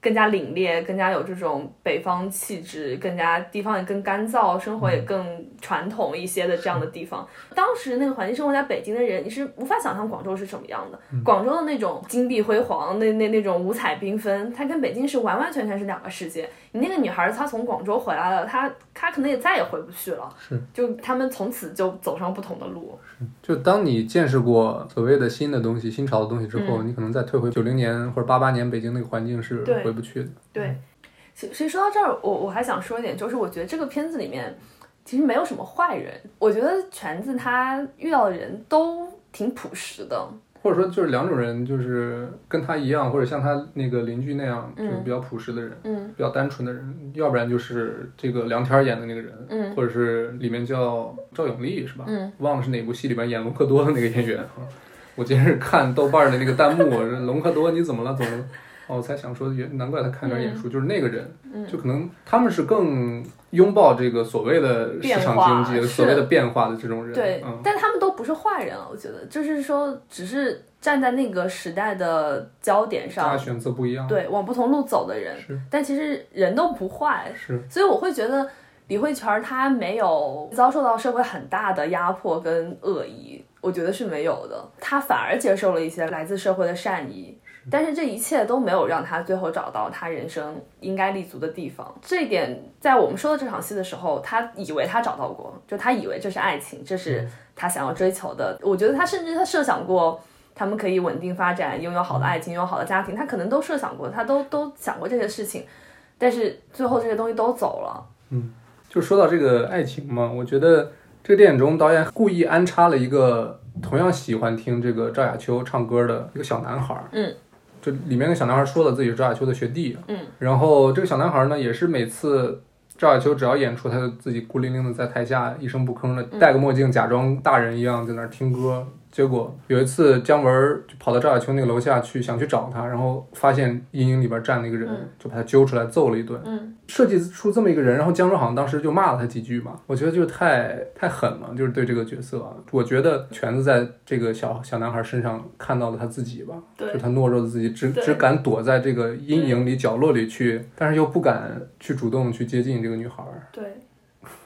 更加凛冽，更加有这种北方气质，更加地方也更干燥，生活也
嗯
更传统一些的这样的地方。当时那个环境生活在北京的人，你是无法想象广州是什么样的。
嗯
广州的那种金碧辉煌，那那那种五彩缤纷，它跟北京是完完全全是两个世界。你那个女孩儿，她从广州回来了，她她可能也再也回不去了。就他们从此就走上不同的路。
就当你见识过所谓的新的东西、新潮的东西之后，你可能再退回九零年或者八八年北京那个环境是
嗯对
回不去的。
对，所以所以说到这儿，我我还想说一点，就是我觉得这个片子里面其实没有什么坏人，我觉得全子他遇到的人都挺朴实的。
或者说，就是两种人，就是跟他一样，或者像他那个邻居那样，就是比较朴实的人，
嗯
比较单纯的人；要不然就是这个梁天儿演的那个人，
嗯
或者是里面叫赵永利是吧？
嗯，
忘了是哪部戏里边演隆科多的那个演员 啊。我今天是看豆瓣儿的那个弹幕，我说隆科多你怎么了？怎么了？哦，我才想说，原难怪他看这演
嗯
出，就是那个人，就可能他们是更拥抱这个所谓的市场经
变化
济、所谓
是
的变化的这种人。
对，
嗯，
但他们都不是坏人啊，我觉得就是说，只是站在那个时代的焦点
大家
上，
选择不一样，
对，往不同路走的人
啊是，
但其实人都不坏，
是
所以我会觉得李慧泉儿她没有遭受到社会很大的压迫跟恶意，我觉得是没有的。她反而接受了一些来自社会的善意，但是这一切都没有让她最后找到她人生应该立足的地方。这一点在我们说到这场戏的时候，她以为她找到过，就她以为这是爱情，这是她想要追求的。我觉得她甚至她设想过。他们可以稳定发展，拥有好的爱情，拥有好的家庭，她可能都设想过，她都都想过这些事情，但是最后这些东西都走了。
就说到这个爱情嘛，我觉得这个电影中导演故意安插了一个同样喜欢听这个赵雅秋唱歌的一个小男孩。
嗯。
就里面那个小男孩说了自己是赵雅秋的学弟，啊
嗯，
然后这个小男孩呢，也是每次赵雅秋只要演出，他就自己孤零零的在台下一声不吭的
嗯
戴个墨镜，假装大人一样在那儿听歌。结果有一次，姜文儿就跑到赵雅秋那个楼下去，想去找他，然后发现阴影里边站了一个人，
嗯
就把他揪出来揍了一顿。
嗯，
设计出这么一个人，然后姜文好像当时就骂了他几句嘛，我觉得就是太太狠了，就是对这个角色啊，我觉得全子在这个小小男孩身上看到了他自己吧，
对
就他懦弱的自己，只
对
只敢躲在这个阴影里、角落里去，但是又不敢去主动去接近这个女孩儿。
对，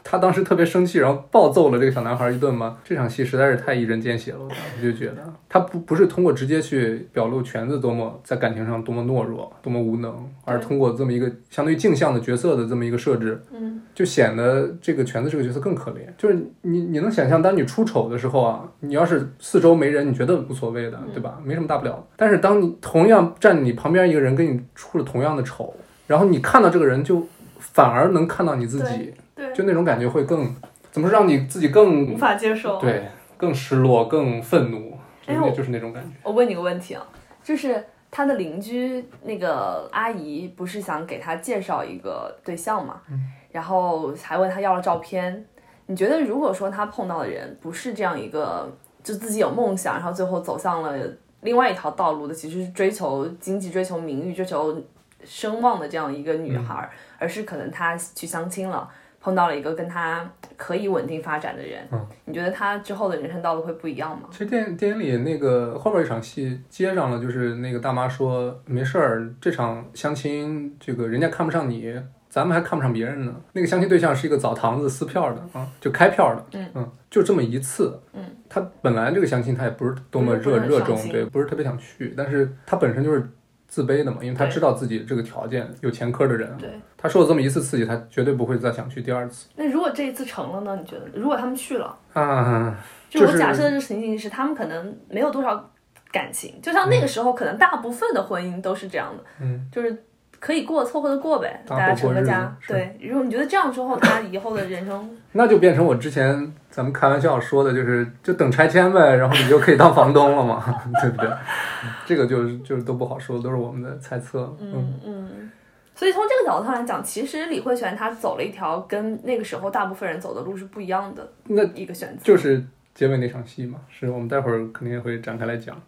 他当时特别生气，然后暴揍了这个小男孩一顿嘛。这场戏实在是太一针见血了，我我就觉得他不不是通过直接去表露全子多么在感情上多么懦弱、多么无能，而是通过这么一个相对于镜像的角色的这么一个设置，
嗯，
就显得这个全子这个角色更可怜。就是你你能想象，当你出丑的时候啊，你要是四周没人，你觉得无所谓的，
嗯
对吧？没什么大不了的。但是当你同样站你旁边一个人跟你出了同样的丑，然后你看到这个人就反而能看到你自己。
对，嗯
就那种感觉会更，怎么说让你自己更
无法接受。
对更失落、更愤怒，就
哎
是那
我
就是那种感觉。
我问你个问题啊，就是他的邻居那个阿姨不是想给他介绍一个对象嘛，然后还问他要了照片。你觉得如果说他碰到的人不是这样一个，就自己有梦想，然后最后走向了另外一条道路的，其实是追求经济、追求名誉、追求声望的这样一个女孩儿，而是可能她去相亲了，碰到了一个跟她可以稳定发展的人，你觉得她之后的人生道路会不一样吗？
其实电电影里那个后边一场戏接上了，就是那个大妈说没事儿，这场相亲这个人家看不上你，咱们还看不上别人呢。那个相亲对象是一个澡堂子撕票的啊，就开票的，
嗯
就这么一次，
嗯，
他本来这个相亲他也不是多么热
不是不是
热
很
衷
上，心
对，不是特别想去，但是他本身就是自卑的嘛，因为他
对
知道自己这个条件有前科的人，啊
对。
他受了这么一次刺激，他绝对不会再想去第二次
那如果这一次成了呢？你觉得？如果他们去了，
啊。
就
就是
我假设的这个情景是，他们可能没有多少感情，就像那个时候，可能大部分的婚姻都是这样的，
嗯，
就是可以过，凑合着过呗，
搭
大
伙
家成
过
个
日子
家。
是
对，如果你觉得这样之后，他以后的人生
那就变成我之前咱们开玩笑说的，就是就等拆迁 呗，然后你就可以当房东了嘛，对不对？这个就是就是都不好说，都是我们的猜测。嗯，
嗯嗯，所以从这个角度上来讲，其实李慧泉她走了一条跟那个时候大部分人走的路是不一样的
那
一个选择。
就是结尾那场戏嘛，是我们待会儿肯定会展开来讲。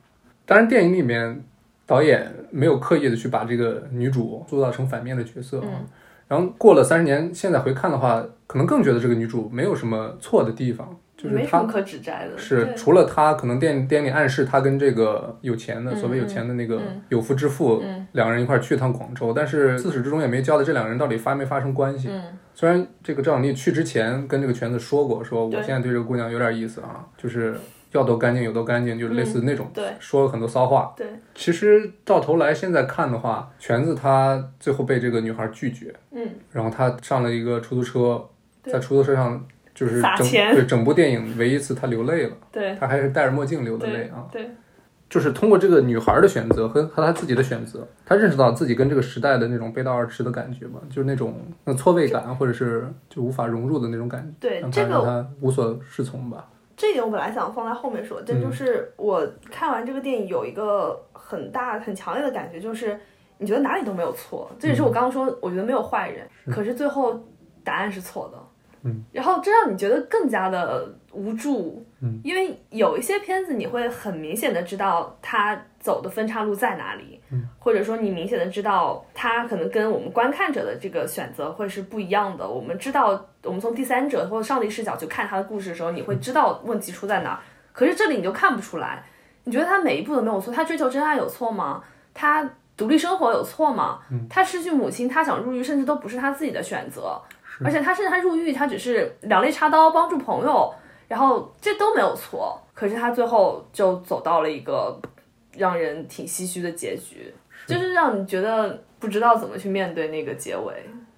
当然，电影里面导演没有刻意的去把这个女主塑造成反面的角色啊。
嗯
然后过了三十年，现在回看的话，可能更觉得这个女主没有什么错的地方，就是
没什
她
么可指摘的，
是
对
除了她，可能电电影里暗示她跟这个有钱的所谓有钱的那个
嗯
有夫之妇
嗯
两个人一块儿去一趟广州，但是自始至终也没交代这两个人到底发没发生关系。
嗯，
虽然这个赵永利去之前跟这个圈子说过，说我
对
现在对这个姑娘有点意思啊，就是要多干净有多干净，就是类似那种、
嗯对
说了很多骚话。
对，
其实到头来现在看的话，全子他最后被这个女孩拒绝，
嗯
然后他上了一个出租车，
对
在出租车上就是
撒
整
钱
对整部电影唯一一次他流泪了，
对
他还是戴着墨镜流的泪
对
啊。
对，
就是通过这个女孩的选择和和他自己的选择，他认识到自己跟这个时代的那种背道而驰的感觉嘛，就是那种那错位感，或者是就无法融入的那种感觉，
对
让他
这个
让他无所适从吧。
这点我本来想放在后面说，这
嗯
就是我看完这个电影有一个很大很强烈的感觉，就是你觉得哪里都没有错，这也是我
嗯
刚刚说，我觉得没有坏人，可是最后答案是错的。
嗯，
然后这让你觉得更加的无助，
嗯，
因为有一些片子你会很明显的知道他走的分岔路在哪里，
嗯，
或者说你明显的知道他可能跟我们观看者的这个选择会是不一样的。我们知道，我们从第三者或者上帝视角去看他的故事的时候，你会知道问题出在哪儿，可是这里你就看不出来。你觉得他每一步都没有错，他追求真爱有错吗？他独立生活有错吗？他失去母亲，他想入狱，甚至都不是他自己的选择。而且他甚至他入狱，他只是两肋插刀帮助朋友，然后这都没有错。可是他最后就走到了一个让人挺唏嘘的结局，就是让你觉得不知道怎么去面对那个结尾。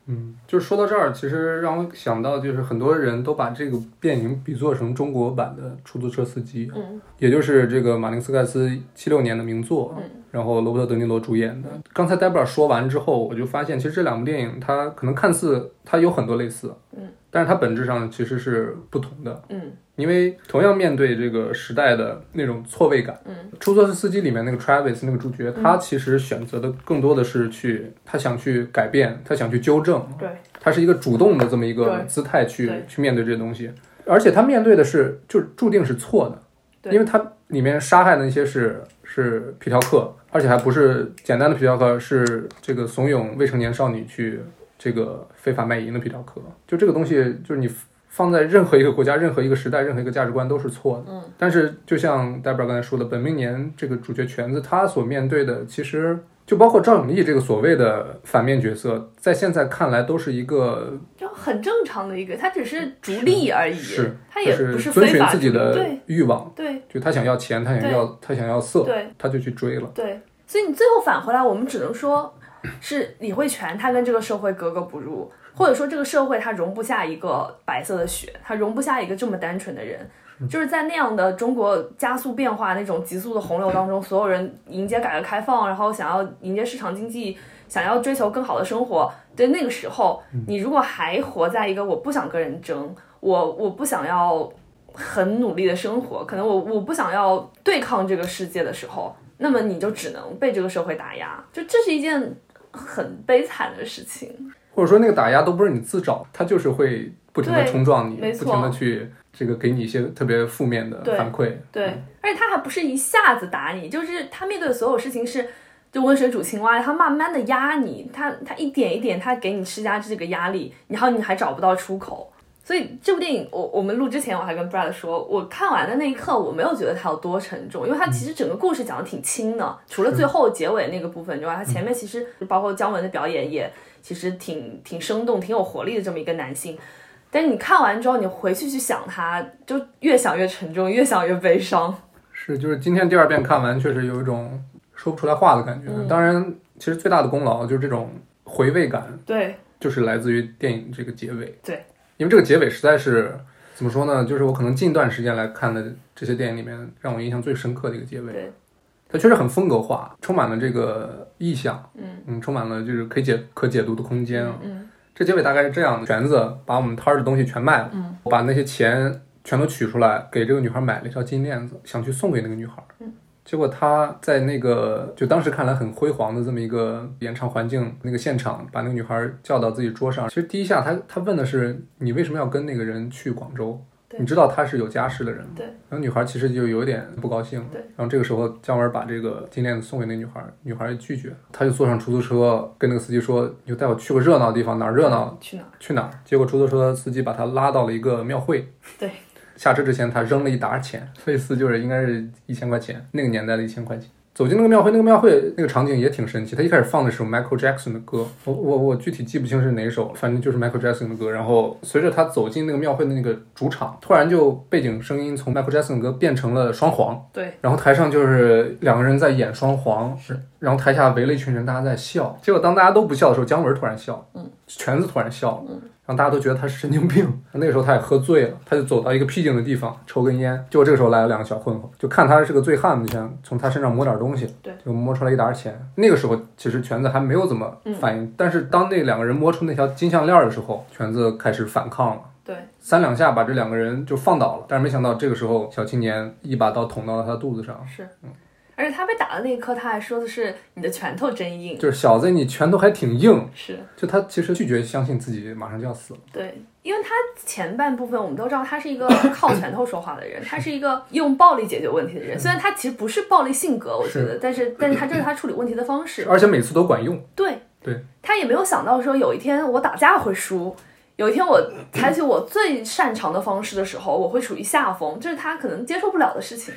嗯，就是说到这儿，其实让我想到，就是很多人都把这个电影比作成中国版的《出租车司机》，啊
嗯，
也就是这个马丁斯盖斯七六年的名作，嗯，然后罗伯特德尼罗主演的。刚才戴布尔说完之后，我就发现，其实这两部电影它可能看似它有很多类似，
嗯，
但是它本质上其实是不同的，
嗯
因为同样面对这个时代的那种错位感，
嗯，
出租车司机里面那个 Travis 那个主角，他其实选择的更多的是去，他想去改变，他想去纠正，
对，
他是一个主动的这么一个
对
姿态去
对
去面对这些东西，而且他面对的是就注定是错的，
对
因为他里面杀害的那些是是皮条客，而且还不是简单的皮条客，是这个怂恿未成年少女去这个非法卖淫的皮条客。就这个东西，就是你放在任何一个国家、任何一个时代、任何一个价值观都是错的。
嗯，
但是就像戴尔刚才说的，本命年这个主角全子他所面对的，其实就包括赵永义这个所谓的反面角色，在现在看来都是一个
就很正常的一个，他只是逐利而已，
是，
他也
就
不
是遵
非
循
法
自己
逐利
的
对
欲望，
对
就他想要钱，他想要他想要色，
对
他就去追了。
对，所以你最后返回来，我们只能说是李慧泉他跟这个社会格格不入，或者说这个社会它容不下一个白色的血，它容不下一个这么单纯的人。就是在那样的中国加速变化那种急速的洪流当中，所有人迎接改革开放，然后想要迎接市场经济，想要追求更好的生活。对那个时候，你如果还活在一个我不想跟人争，我我不想要很努力的生活，可能我我不想要对抗这个世界的时候，那么你就只能被这个社会打压，就这是一件很悲惨的事情。
或者说那个打压都不是你自找，他就是会不停的
对
冲撞你，
没
不
错
停的去这个给你一些特别负面的
对
反馈。
对，而且他还不是一下子打你，就是他面对的所有事情是。就温水煮青蛙，他慢慢的压你，他他一点一点，他给你施加这个压力，然后你还找不到出口，所以这部电影，我我们录之前我还跟 Brad 说，我看完的那一刻，我没有觉得它有多沉重，因为它其实整个故事讲的挺轻的，除了最后结尾那个部分之外，它前面其实包括姜文的表演也其实挺挺生动、挺有活力的这么一个男性。但是你看完之后，你回去去想他，就越想越沉重，越想越悲伤。
是，就是今天第二遍看完，确实有一种说不出来话的感觉。
嗯
当然，其实最大的功劳就是这种回味感，
对
就是来自于电影这个结尾。
对，
因为这个结尾实在是怎么说呢？就是我可能近段时间来看的这些电影里面，让我印象最深刻的一个结尾。
对，
它确实很风格化，充满了这个意象，
嗯
嗯，充满了就是可以解可解读的空间啊。
嗯
这结尾大概是这样的：全子把我们摊儿的东西全卖了，
嗯
我把那些钱全都取出来，给这个女孩买了一条金链子，想去送给那个女孩。
嗯，
结果她在那个就当时看来很辉煌的这么一个演唱环境那个现场，把那个女孩叫到自己桌上。其实第一下她她问的是你为什么要跟那个人去广州？
对
你知道他是有家室的人吗？
对。
然后女孩其实就有点不高兴了。
对。
然后这个时候，姜文把这个金链子送给那女孩，女孩也拒绝，他就坐上出租车，跟那个司机说：“你就带我去个热闹的地方，哪儿热闹
嗯，去哪儿？
去哪儿？结果出租车司机把他拉到了一个庙会。
对，
下车之前他扔了一沓钱，类似就是应该是一千块钱，那个年代的一千块钱。走进那个庙会，那个庙会那个场景也挺神奇。他一开始放的是 Michael Jackson 的歌，我我我具体记不清是哪首，反正就是 Michael Jackson 的歌。然后随着他走进那个庙会的那个主场，突然就背景声音从 Michael Jackson 的歌变成了双簧，
对，
然后台上就是两个人在演双簧，然后台下围了一群人，大家在笑。结果当大家都不笑的时候，姜文突然笑，
嗯，
全子突然笑了，然后大家都觉得他是神经病。那个时候他也喝醉了，他就走到一个僻静的地方抽根烟。结果这个时候来了两个小混混，就看他是个醉汉子，想从他身上摸点东西，
对，
就摸出来一沓钱。那个时候其实全子还没有怎么反应，
嗯
但是当那两个人摸出那条金项链的时候，全子开始反抗了。
对，
三两下把这两个人就放倒了，但是没想到这个时候小青年一把刀捅到了他肚子上，
是。而且他被打的那一刻，他还说的是你的拳头真硬，
就是小子你拳头还挺硬，
是
就他其实拒绝相信自己马上就要死了。
对，因为他前半部分我们都知道他是 一个靠拳头说话的人，他是一个用暴力解决问题的人。虽然他其实不是暴力性格，我觉
是
得，但是但是他这是他处理问题的方式。
而且每次都管用，
对，
对
他也没有想到说有一天我打架会输，有一天我采取我最擅长的方式的时候，我会处于下风，这是他可能接受不了的事情。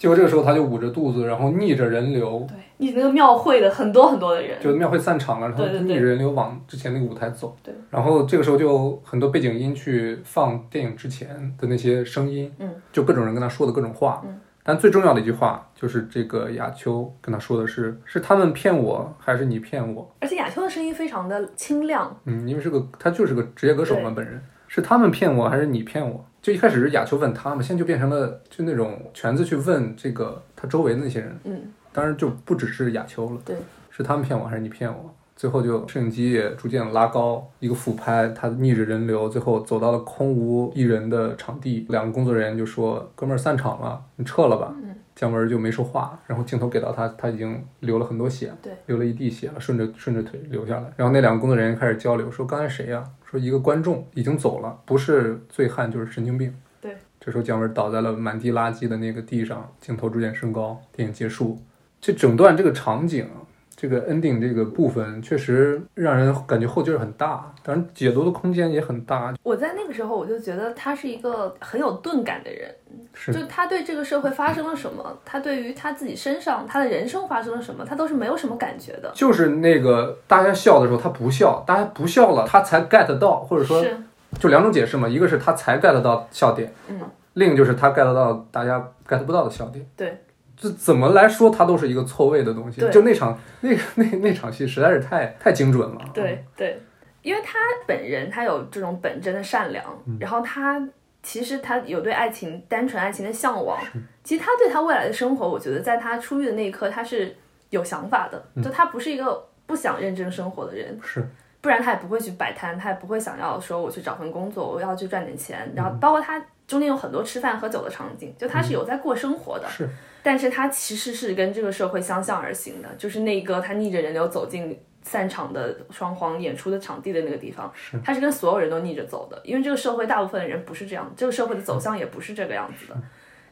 结果这个时候他就捂着肚子，然后逆着人流，
对，你那个庙会的很多很多的人，
就庙会散场了，然后
对对
逆
对
着人流往之前那个舞台走。
对
然后这个时候就很多背景音去放电影之前的那些声音，
嗯，
就各种人跟他说的各种话，
嗯。
但最重要的一句话就是这个雅秋跟他说的是：是他们骗我，还是你骗我？
而且雅秋的声音非常的清亮，
嗯，因为是个他就是个职业歌手嘛，本人是他们骗我还是你骗我？就一开始是雅秋问他嘛，现在就变成了就那种全子去问这个他周围的那些人，
嗯，
当然就不只是雅秋了，
对，
是他们骗我还是你骗我？最后就摄影机也逐渐拉高，一个俯拍，他逆着人流，最后走到了空无一人的场地，两个工作人员就说：“哥们儿散场了，你撤了吧。”
嗯
姜文就没说话，然后镜头给到他，他已经流了很多血，
对，
流了一地血了，顺着顺着腿流下来。然后那两个工作人员开始交流，说刚才谁呀、说一个观众已经走了，不是醉汉就是神经病。
对，
这时候姜文倒在了满地垃圾的那个地上，镜头逐渐升高，电影结束。这整段这个场景，啊这个 ending 这个部分，确实让人感觉后劲儿很大，当然解读的空间也很大。
我在那个时候我就觉得他是一个很有钝感的人，
是
就他对这个社会发生了什么，他对于他自己身上他的人生发生了什么，他都是没有什么感觉的。
就是那个大家笑的时候，他不笑，大家不笑了，他才 get 到，或者说
是，
就两种解释嘛，一个是他才 get 到笑点，
嗯，
另一个就是他 get 到大家 get 不到的笑点。
对，
就怎么来说，它都是一个错位的东西。
对
就那场那个那那场戏实在是太太精准了。嗯
对对，因为他本人他有这种本真的善良，
嗯
然后他其实他有对爱情单纯爱情的向往，其实他对他未来的生活，我觉得在他出狱的那一刻他是有想法的，
嗯
就他不是一个不想认真生活的人，
是
不然他也不会去摆摊，他也不会想要说我去找份工作，我要去赚点钱。然后包括他中间有很多吃饭喝酒的场景，就他是有在过生活的，
是
但是他其实是跟这个社会相向而行的，就是那个他逆着人流走进散场的双簧演出的场地的那个地方，
是
他是跟所有人都逆着走的，因为这个社会大部分人不是这样，这个社会的走向也不是这个样子
嗯
的。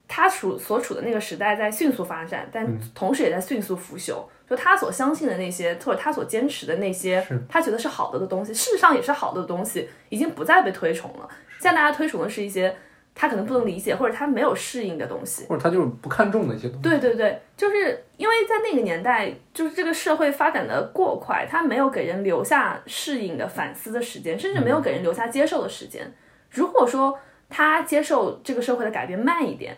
他处所处的那个时代在迅速发展，但
嗯
同时也在迅速腐朽。就他所相信的那些，或者他所坚持的那些
是，
他觉得是好的的东西，事实上也是好的东西，已经不再被推崇了。现在大家推崇的是一些他可能不能理解，或者他没有适应的东西。
或者他就是不看重的一些东西。
对对对，就是因为在那个年代，就是这个社会发展的过快，它没有给人留下适应的、反思的时间，甚至没有给人留下接受的时间。如果说他接受这个社会的改变慢一点，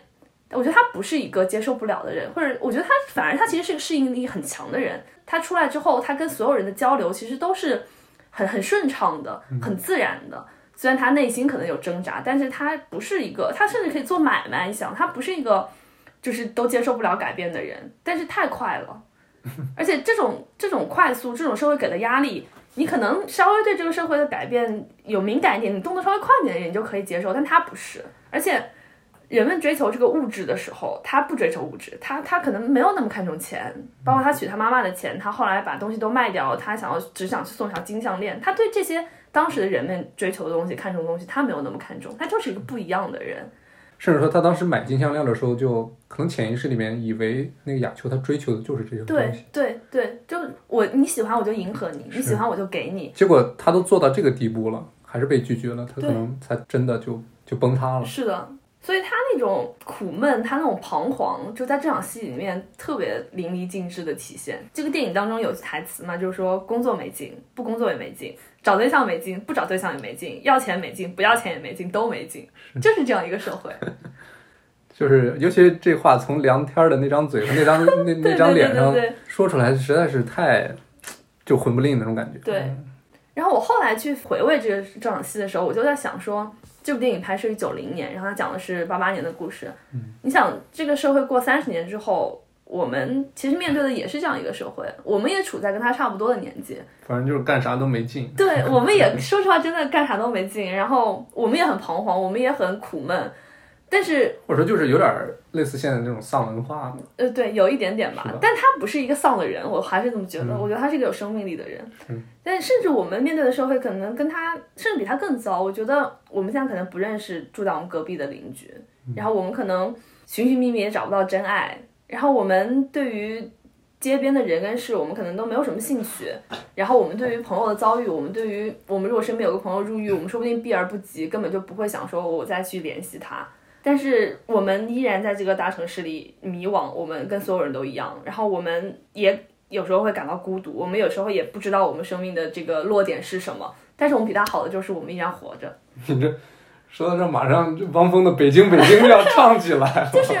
我觉得他不是一个接受不了的人，或者我觉得他反而他其实是个适应力很强的人。他出来之后，他跟所有人的交流其实都是很很顺畅的、很自然的。虽然他内心可能有挣扎，但是他不是一个，他甚至可以做买卖。你想，他不是一个就是都接受不了改变的人，但是太快了， 而且这种这种快速，这种社会给的压力，你可能稍微对这个社会的改变有敏感一点，你动作稍微快一点的人你就可以接受，但他不是，而且。人们追求这个物质的时候，他不追求物质，他他可能没有那么看重钱，包括他娶他妈妈的钱，他后来把东西都卖掉，他想要只想去送条金项链，他对这些当时的人们追求的东西、看重的东西，他没有那么看重，他就是一个不一样的人。
甚至说他当时买金项链的时候，就可能潜意识里面以为那个雅秋他追求的就是这些东西，
对对对，就我你喜欢我就迎合你，你喜欢我就给你，
结果他都做到这个地步了，还是被拒绝了，他可能才真的就就崩塌了。
是的。所以他那种苦闷，他那种彷徨，就在这场戏里面特别淋漓尽致的体现。这个电影当中有句台词嘛，就是说工作没劲，不工作也没劲；找对象没劲，不找对象也没劲；要钱没劲，不要钱也没劲，都没劲。就是这样一个社会。
就是尤其这话从梁天儿的那张嘴和那 张那那张脸上
对对对对
说出来，实在是太就魂不吝那种感觉。
对，然后我后来去回味这个这场戏的时候，我就在想说，这部电影拍摄于九零年，然后它讲的是八八年的故事。你想，这个社会过三十年之后，我们其实面对的也是这样一个社会，我们也处在跟他差不多的年纪。
反正就是干啥都没劲。
对，我们也说实话，真的干啥都没劲，然后我们也很彷徨，我们也很苦闷。但是，
或者说就是有点儿类似现在那种丧文化，
呃，对，有一点点吧
是吧，
但他不是一个丧的人，我还是这么觉得。我觉得他是一个有生命力的人。
嗯
但甚至我们面对的社会，可能跟他甚至比他更糟。我觉得我们现在可能不认识住在我们隔壁的邻居，
嗯
然后我们可能寻寻觅觅也找不到真爱，然后我们对于街边的人跟事，我们可能都没有什么兴趣。然后我们对于朋友的遭遇，我们对于我们如果身边有个朋友入狱，我们说不定避而不及，根本就不会想说我再去联系他。但是我们依然在这个大城市里迷惘，我们跟所有人都一样，然后我们也有时候会感到孤独，我们有时候也不知道我们生命的这个落点是什么。但是我们比他好的就是我们依然活着，
你这说到这，马上就汪峰的《北京北京》就要唱起来了。
就是，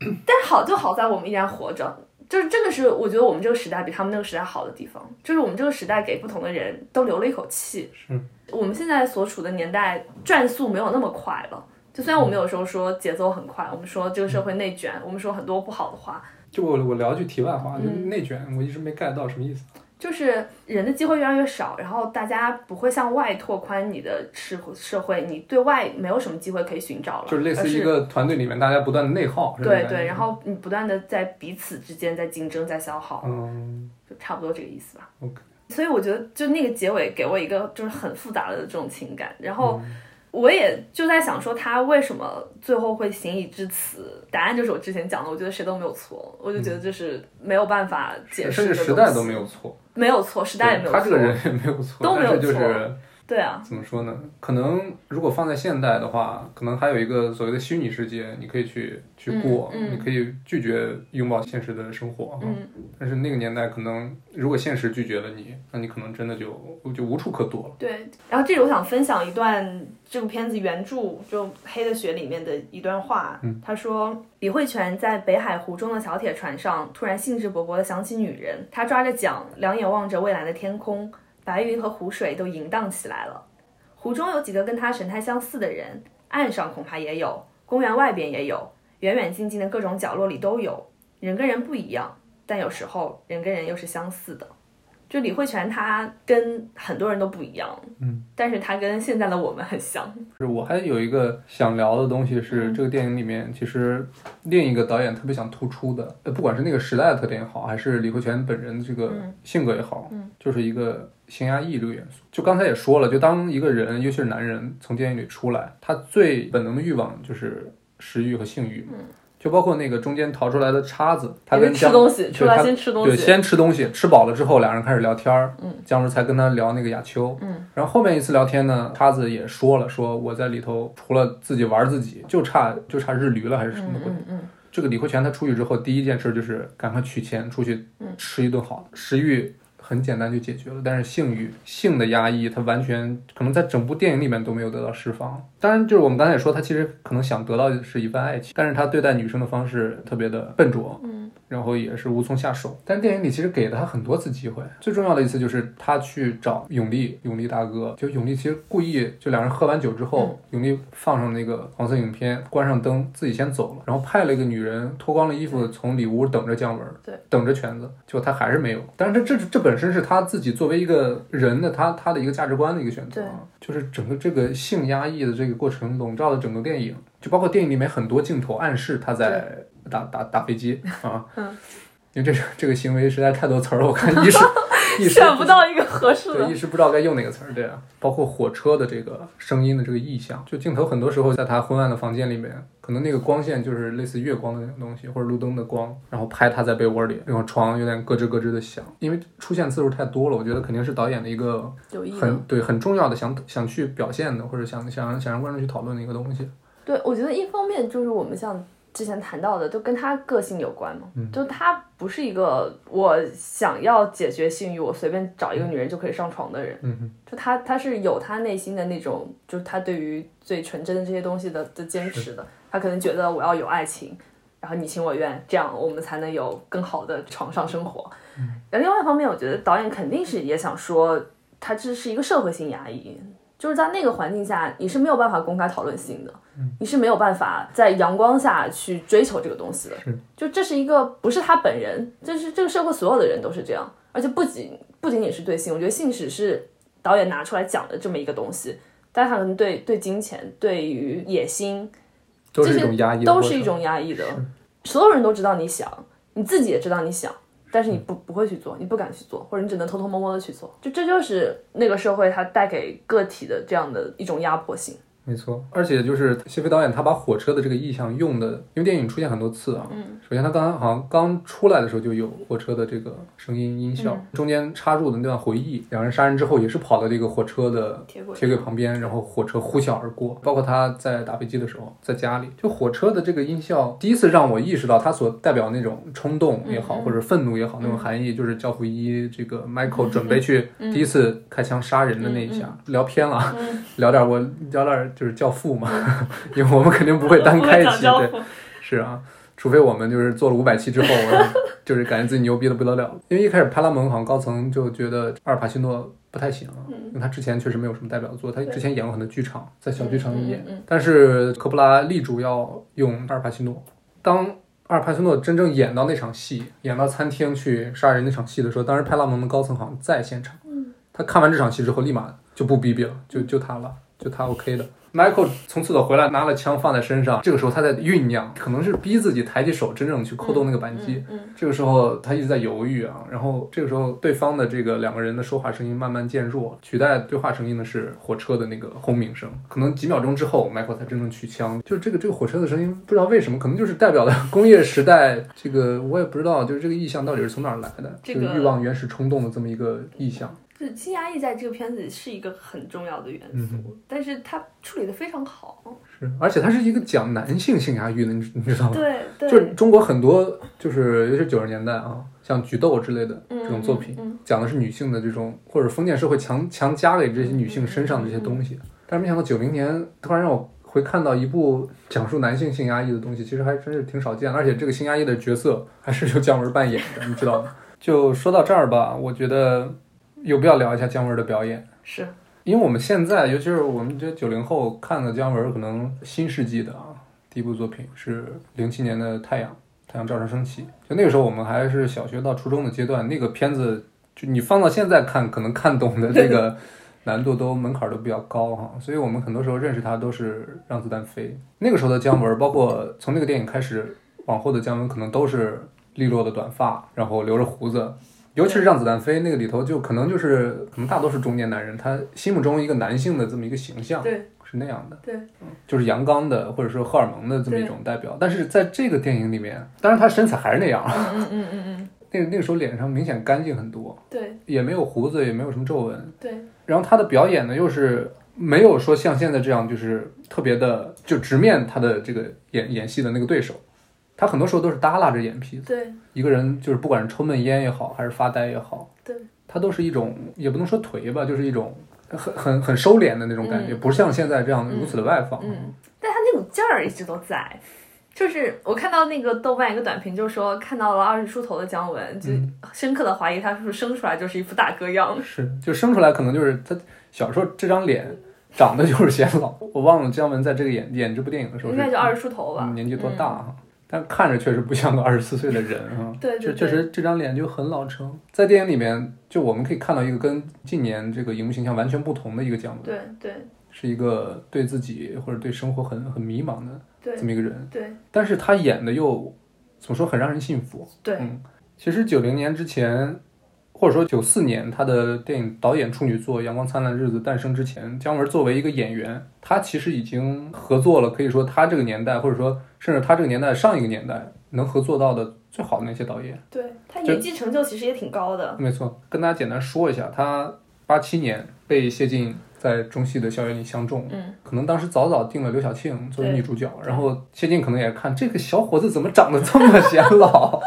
但是好就好在我们依然活着，就是这个是我觉得我们这个时代比他们那个时代好的地方，就是我们这个时代给不同的人都留了一口气。
是，
我们现在所处的年代转速没有那么快了。就虽然我们有时候说节奏很快，我们说这个社会内卷，我们说很多不好的话，
就我我聊句题外话，就
嗯
内卷，我一直没 get 到什么意思。
就是人的机会越来越少，然后大家不会向外拓宽你的社社会，你对外没有什么机会可以寻找了，
就是类
而
似一个团队里面大家不断的内耗，是吧
对对，然后你不断的在彼此之间在竞争，在消耗，
嗯，
就差不多这个意思吧。
OK
所以我觉得就那个结尾给我一个就是很复杂的这种情感，然后
嗯
我也就在想说他为什么最后会行以至此？答案就是我之前讲的，我觉得谁都没有错，我就觉得这是没有办法解释
嗯甚
的
至
东西，
时代都没有错，
没有错，时代也没有
对
错，
他这个人也没有错，
都没有
但是就
错
是
对啊，
怎么说呢？可能如果放在现代的话，可能还有一个所谓的虚拟世界，你可以去去过，
嗯嗯
你可以拒绝拥抱现实的生活。
嗯，
但是那个年代，可能如果现实拒绝了你，那你可能真的就就无处可躲了。
对，然后这里我想分享一段这部片子原著就《黑的雪》里面的一段话。他说，李慧泉在北海湖中的小铁船上，突然兴致勃勃地想起女人，他抓着桨，两眼望着蔚蓝的天空，白云和湖水都淫荡起来了。湖中有几个跟他神态相似的人，岸上恐怕也有，公园外边也有，远远近近的各种角落里都有。人跟人不一样，但有时候人跟人又是相似的。就李慧泉，他跟很多人都不一样，嗯，但是他跟现在的我们很像，
就是我还有一个想聊的东西
嗯
是，这个电影里面其实另一个导演特别想突出的，呃，不管是那个时代的特点也好，还是李慧泉本人的这个
嗯
性格也好，就是一个性压抑这个元素。就刚才也说了，就当一个人，尤其是男人从监狱里出来，他最本能的欲望就是食欲和性欲嘛。就包括那个中间逃出来的叉子，他
嗯也
跟
是吃
姜
东西，
对
出来
他
先吃东
对，
西，
先吃东西，吃饱了之后，两人开始聊天儿。嗯，姜文才跟他聊那个雅秋。嗯，然后后面一次聊天呢，叉子也说了，说我在里头除了自己玩自己，就差就差日驴了还是什么鬼。
嗯嗯，
这个李慧泉他出去之后，第一件事就是赶快取钱出去
嗯
吃一顿好的，食欲很简单就解决了，但是性欲、性的压抑，他完全可能在整部电影里面都没有得到释放。当然，就是我们刚才也说，他其实可能想得到的是一份爱情，但是他对待女生的方式特别的笨拙，嗯，然后也是无从下手。但电影里其实给了他很多次机会，最重要的一次就是他去找永利，永利大哥，就永利其实故意就两人喝完酒之后，
嗯
永利放上那个黄色影片，关上灯，自己先走了，然后派了一个女人脱光了衣服从里屋等着姜文，
对，
等着拳子，结果他还是没有。但是这这这本身是他自己作为一个人的他他的一个价值观的一个选择，
对
啊，就是整个这个性压抑的这个过程笼罩了整个电影。就包括电影里面很多镜头暗示他在打打打飞机啊，
嗯
因为这是这个行为实在太多词儿了，我看 一时一时
选不到一个合适
对
的
一。时不知道该用哪个词儿，对啊，包括火车的这个声音的这个意象，就镜头很多时候在他昏暗的房间里面，可能那个光线就是类似月光的那种东西，或者路灯的光，然后拍他在被窝里，然后床有点咯吱咯吱的响，因为出现次数太多了，我觉得肯定是导演的一个
有意
很
的。
对很重要的想想去表现的，或者想想让想让观众去讨论的一个东西。
对，我觉得一方面就是我们像之前谈到的，都跟他个性有关嘛，
嗯
就他不是一个我想要解决性欲，我随便找一个女人就可以上床的人，
嗯哼。
就他他是有他内心的那种，就是他对于最纯真的这些东西的的坚持的，他可能觉得我要有爱情。然后你情我愿，这样我们才能有更好的床上生活。
嗯
然后另外一方面，我觉得导演肯定是也想说，他这是一个社会性压抑，就是在那个环境下，你是没有办法公开讨论性的，你是没有办法在阳光下去追求这个东西的。就这是一个不是他本人，这是这个社会所有的人都是这样，而且不仅不仅仅是对性，我觉得性只是导演拿出来讲的这么一个东西，但他可能对对金钱、对于野心，
都
这
是一
些
种压抑的过
都
程，
是一种压抑的。所有人都知道你想，你自己也知道你想，但
嗯
是你不不会去做，你不敢去做，或者你只能偷偷摸摸的去做。就这就是那个社会它带给个体的这样的一种压迫性。
没错，而且就是谢飞导演他把火车的这个意象用的，因为电影出现很多次啊。嗯。首先，他刚刚好像刚出来的时候就有火车的这个声音音效，
嗯
中间插入的那段回忆，两人杀人之后也是跑到这个火车的
铁轨
铁轨旁边，然后火车呼啸而过。包括他在打飞机的时候，在家里，就火车的这个音效，第一次让我意识到它所代表那种冲动也
嗯
好，或者愤怒也好，那种含义，就是教父一这 个 Michael 准备去
嗯
第一次开枪杀人的那一下。聊偏了啊。聊点我聊点就是教父嘛， 因为我们肯定不会单开一期，对，是啊，除非我们就是做了五百期之后，我就是感觉自己牛逼的不得了。因为一开始派拉蒙好像高层就觉得阿尔帕西诺不太行啊，因为他之前确实没有什么代表作，他之前演过很多剧场，在小剧场里演，但是科布拉力主要用阿尔帕西诺，当。阿尔帕西诺真正演到那场戏，演到餐厅去杀人那场戏的时候，当时派拉蒙的高层好像在现场。他看完这场戏之后，立马就不逼逼了，就就他了，就他 OK 的。Michael 从厕所回来，拿了枪放在身上，这个时候他在酝酿，可能是逼自己抬起手，真正去扣动那个扳
嗯
机。这个时候他一直在犹豫啊，然后这个时候对方的这个两个人的说话声音慢慢渐弱，取代对话声音的是火车的那个轰鸣声。可能几秒钟之后，Michael 才真正取枪。就这个这个火车的声音，不知道为什么，可能就是代表了 工业时代这个，我也不知道，就是这个意象到底是从哪儿来的，
这
就
个
是欲望原始冲动的这么一个意象。
就是性压抑在这个片子里是一个很重要的元
嗯
素，但是它处理的非
啊
常好。
是，而且它是一个讲男性性压抑的，你知你知道吗？
对对，
就是中国很多，就是尤其是九十年代啊，像《菊豆》之类的
嗯
这种作品，讲的是女性的这种，或者封建社会强强加给这些女性身上的这些东西。但是没想到九零年突然让我会看到一部讲述男性性压抑的东西，其实还真是挺少见的。而且这个性压抑的角色还是由姜文扮演的，你知道吗？ 就说到这儿吧，我觉得有必要聊一下姜文的表演。
是
因为我们现在，尤其是我们这九零后看的姜文，可能新世纪的啊，第一部作品是零七年的《太阳》，太阳照常升起。就那个时候，我们还是小学到初中的阶段，那个片子，就你放到现在看，可能看懂的这个 难度都门槛都比较高哈。所以我们很多时候认识他都是《让子弹飞》。那个时候的姜文，包括从那个电影开始往后的姜文，可能都是利落的短发，然后留着胡子，尤其是《让子弹飞》那个里头，就可能就是可能大多数中年男人，他心目中一个男性的这么一个形象，
对
是那样的，
对
嗯，就是阳刚的或者说荷尔蒙的这么一种代表。但是在这个电影里面，当然他身材还是那样，嗯嗯嗯嗯， 那个那个时候脸上明显干净很多，
对
也没有胡子，也没有什么皱纹，
对
然后他的表演呢，又是没有说像现在这样，就是特别的就直面他的这个演演戏的那个对手，他很多时候都是耷拉着眼皮子，
对
一个人就是不管是抽闷烟也好，还是发呆也好，
对，
他都是一种也不能说颓吧，就是一种很很很
嗯
嗯收敛的那种感觉，不像现在这样如此的外放。
但他那股劲儿一直都在，就是我看到那个豆瓣一个短评，就说看到了二十出头的姜文，就
嗯
深刻的怀疑他是不是生出来就是一副大哥样。
是，就生出来可能就是他小时候这张脸长得就是显老。我忘了姜文在这个演演这部电影的时候
应
是
该就二十出头吧，
嗯年纪多大哈、但看着确实不像个二十四岁的人啊。
对
这
对对
确实这张脸就很老成。在电影里面，就我们可以看到一个跟近年这个荧幕形象完全不同的一个姜文，
对对
是一个对自己或者对生活很很迷茫的
对
这么一个人，
对
但是他演的又怎么说很让人信服。
对
嗯，其实九零年之前，或者说九四年，他的电影导演处女作《阳光灿烂的日子》诞生之前，姜文作为一个演员，他其实已经合作了，可以说他这个年代，或者说甚至他这个年代上一个年代能合作到的最好的那些导演。
对，他
这
演技成就其实也挺高的。
没错，跟大家简单说一下，他八七年被谢晋在中戏的校园里相中，
嗯，
可能当时早早定了刘晓庆作为
对
女主角，然后谢晋可能也看这个小伙子怎么长得这么显 老，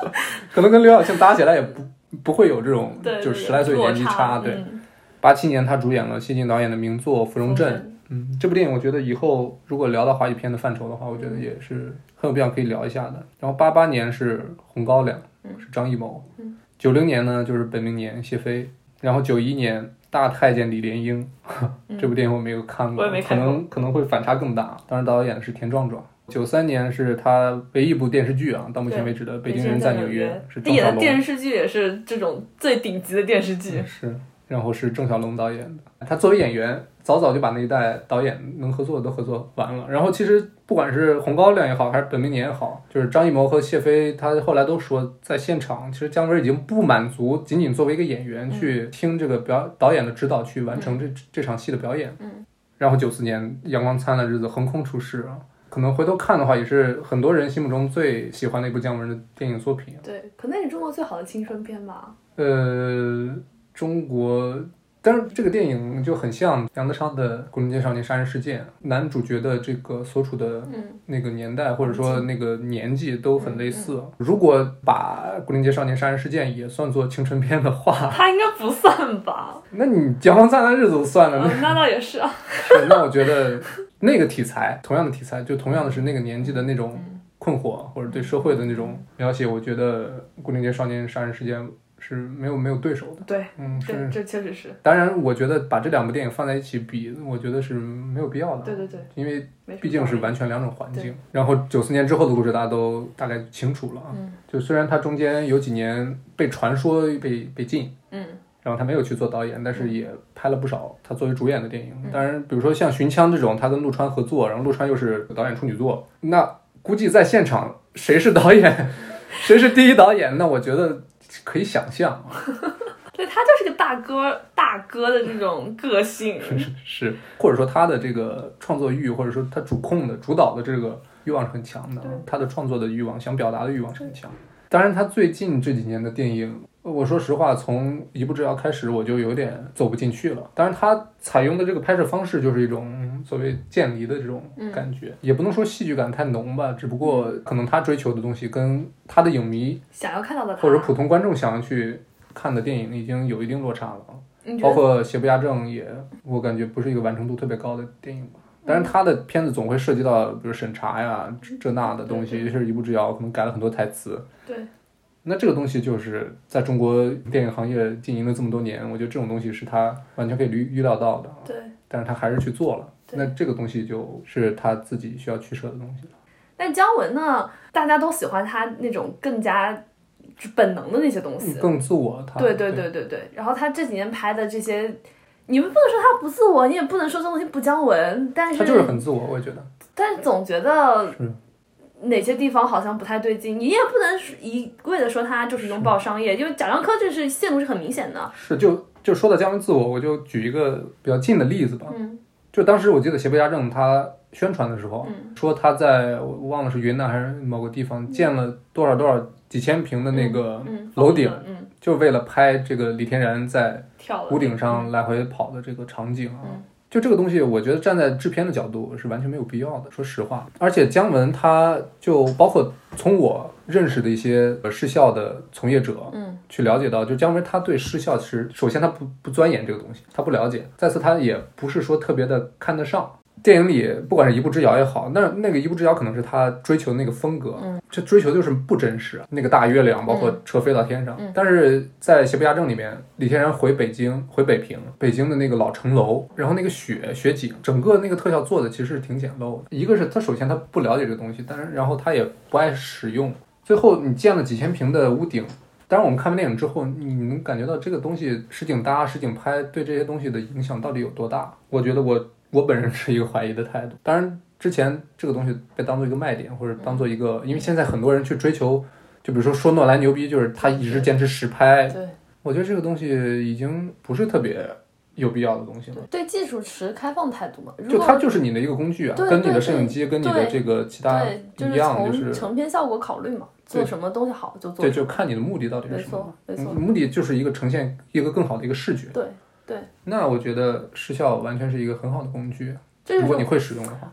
可能跟刘晓庆搭起来也不不会有这种
对，
就是
对
十来岁
落
年纪差。对，
嗯
八七、年他主演了谢晋导演的名作《芙蓉镇》，
嗯
嗯，这部电影我觉得以后如果聊到华语片的范畴的话，我觉得也是很有必要可以聊一下的。然后八八年是《红高粱》，
嗯
是张艺谋。九零年呢就是本命年谢飞，然后九一年《大太监李莲英》 这部电影我没有看过，
嗯我也没
可
看过
能可能会反差更大。当时导演是田壮壮。九三年是他唯一一部电视剧啊，到目前为止的《北京人在纽约》是
他
郑
演
晓
的
龙，
电视剧也是这种最顶级的电视剧。
嗯是，然后是郑晓龙导演的。他作为演员，早早就把那一代导演能合作的都合作完了。然后其实不管是《红高粱》也好，还是《本命年》也好，就是张艺谋和谢飞，他后来都说，在现场其实姜文已经不满足仅仅作为一个演员去听这个表导演的指导去完成这、这场戏的表演。
嗯。
然后九四年《阳光灿烂的日子》横空出世啊。可能回头看的话，也是很多人心目中最喜欢的一部姜文的电影作品。
对，可能也是中国最好的青春片吧。
呃，中国，但是这个电影就很像杨德昌的《古灵街少年杀人事件》，男主角的这个所处的
嗯，
那个年代或者说那个年纪都很类似。
嗯
如果把《古灵街少年杀人事件》也算作青春片的话，
他应该不算 吧？
那你《阳光灿烂的日子》都算了，那
嗯，那倒也是啊。
是那我觉得那个题材，同样的题材，就同样的是那个年纪的那
嗯
种困惑，或者对社会的那种描写，我觉得《古灵街少年杀人事件》是没有没有 对手的。
对，
嗯，
对，
是。
这确实是。
当然，我觉得把这两部电影放在一起比，我觉得是没有必要的。啊
对对对，
因为
没什么
毕竟是
道理
完全两种环境
对。
然后九四年之后的故事大家都大概清楚了啊。
嗯
就虽然他中间有几年被传说被被禁，
嗯
然后他没有去做导演，但是也拍了不少他作为主演的电影。
嗯
当然，比如说像《寻枪》这种，他跟陆川合作，然后陆川又是导演处女作，那估计在现场谁是导演， 谁是第一导演，那我觉得可以想象啊。
对他就是个大哥，大哥的这种个性，
是，或者说他的这个创作欲，或者说他主控的、主导的这个欲望是很强的啊
对，
他的创作的欲望、想表达的欲望是很强。当然，他最近这几年的电影，我说实话，从《一步之遥》开始，我就有点走不进去了。当然，他采用的这个拍摄方式就是一种所谓渐离的这种感觉，也不能说戏剧感太浓吧，只不过可能他追求的东西跟他的影迷
想要看到的他。
或者普通观众想要去看的电影已经有一定落差了啊。
你觉
包
得
括《邪不压正》也，我感觉不是一个完成度特别高的电影吧。但是他的片子总会涉及到，比如审查呀、这这那的东西，就是一步之遥，可能改了很多台词。
对
那这个东西就是在中国电影行业经营了这么多年，我觉得这种东西是他完全可以预预料到的，
对。
但是他还是去做了。
对
那这个东西就是他自己需要取舍的东西了。
但姜文呢，大家都喜欢他那种更加本能的那些东西。
嗯更自我，他
对对对对对。然后他这几年拍的这些，你们不能说他不自我，你也不能说这东西不姜文，但是
他就是很自我，我觉得。
但是总觉得
是
哪些地方好像不太对劲，你也不能一味的说他就是拥抱商业，因为贾樟柯这是线路是很明显的。
是，就就说到姜文自我，我就举一个比较近的例子吧。
嗯，
就当时我记得邪不压正他宣传的时候，
嗯
说他在我忘了是云南还是某个地方建了多少多少几千平的那个
嗯，
楼顶，
嗯，
就为了拍这个李天然在
跳了
屋顶上来回跑的这个场景啊
嗯。
就这个东西，我觉得站在制片的角度是完全没有必要的，说实话。而且姜文他就包括从我认识的一些呃视效的从业者，
嗯，
去了解到，就姜文他对视效其实首先他不不钻研这个东西，他不了解；再次他也不是说特别的看得上。电影里不管是一步之遥也好，那那个一步之遥可能是他追求的那个风格，
嗯，
这追求就是不真实，那个大月亮，包括车飞到天上。
嗯
但是在《邪不压正》里面，李天然回北京，回北平，北京的那个老城楼，然后那个雪雪景，整个那个特效做的其实是挺简陋的。一个是他首先他不了解这个东西，但是然后他也不爱使用。最后你建了几千平的屋顶。当然，我们看完电影之后，你能感觉到这个东西实景搭、实景拍对这些东西的影响到底有多大？我觉得我我本人是一个怀疑的态度。当然，之前这个东西被当做一个卖点，或者当做一个，因为现在很多人去追求，就比如说说诺兰牛逼，就是他一直坚持实拍。
对
我觉得这个东西已经不是特别有必要的东西了
对。对技术持开放态度嘛。如
就
果
它就是你的一个工具啊，
对
跟你
对
的摄影
对
机、跟你的
对
这个其他
对，就
一
是
样，就
从
是
成片效果考虑嘛，
对
做什么东西好就做
对，
什
就看你的目的到底
么，没
是什么。
错没错
嗯，目的就是一个呈现一个更好的一个视觉。
对，
那我觉得视效完全是一个很好的工具，
这
如
就
果你
是
会使用的话。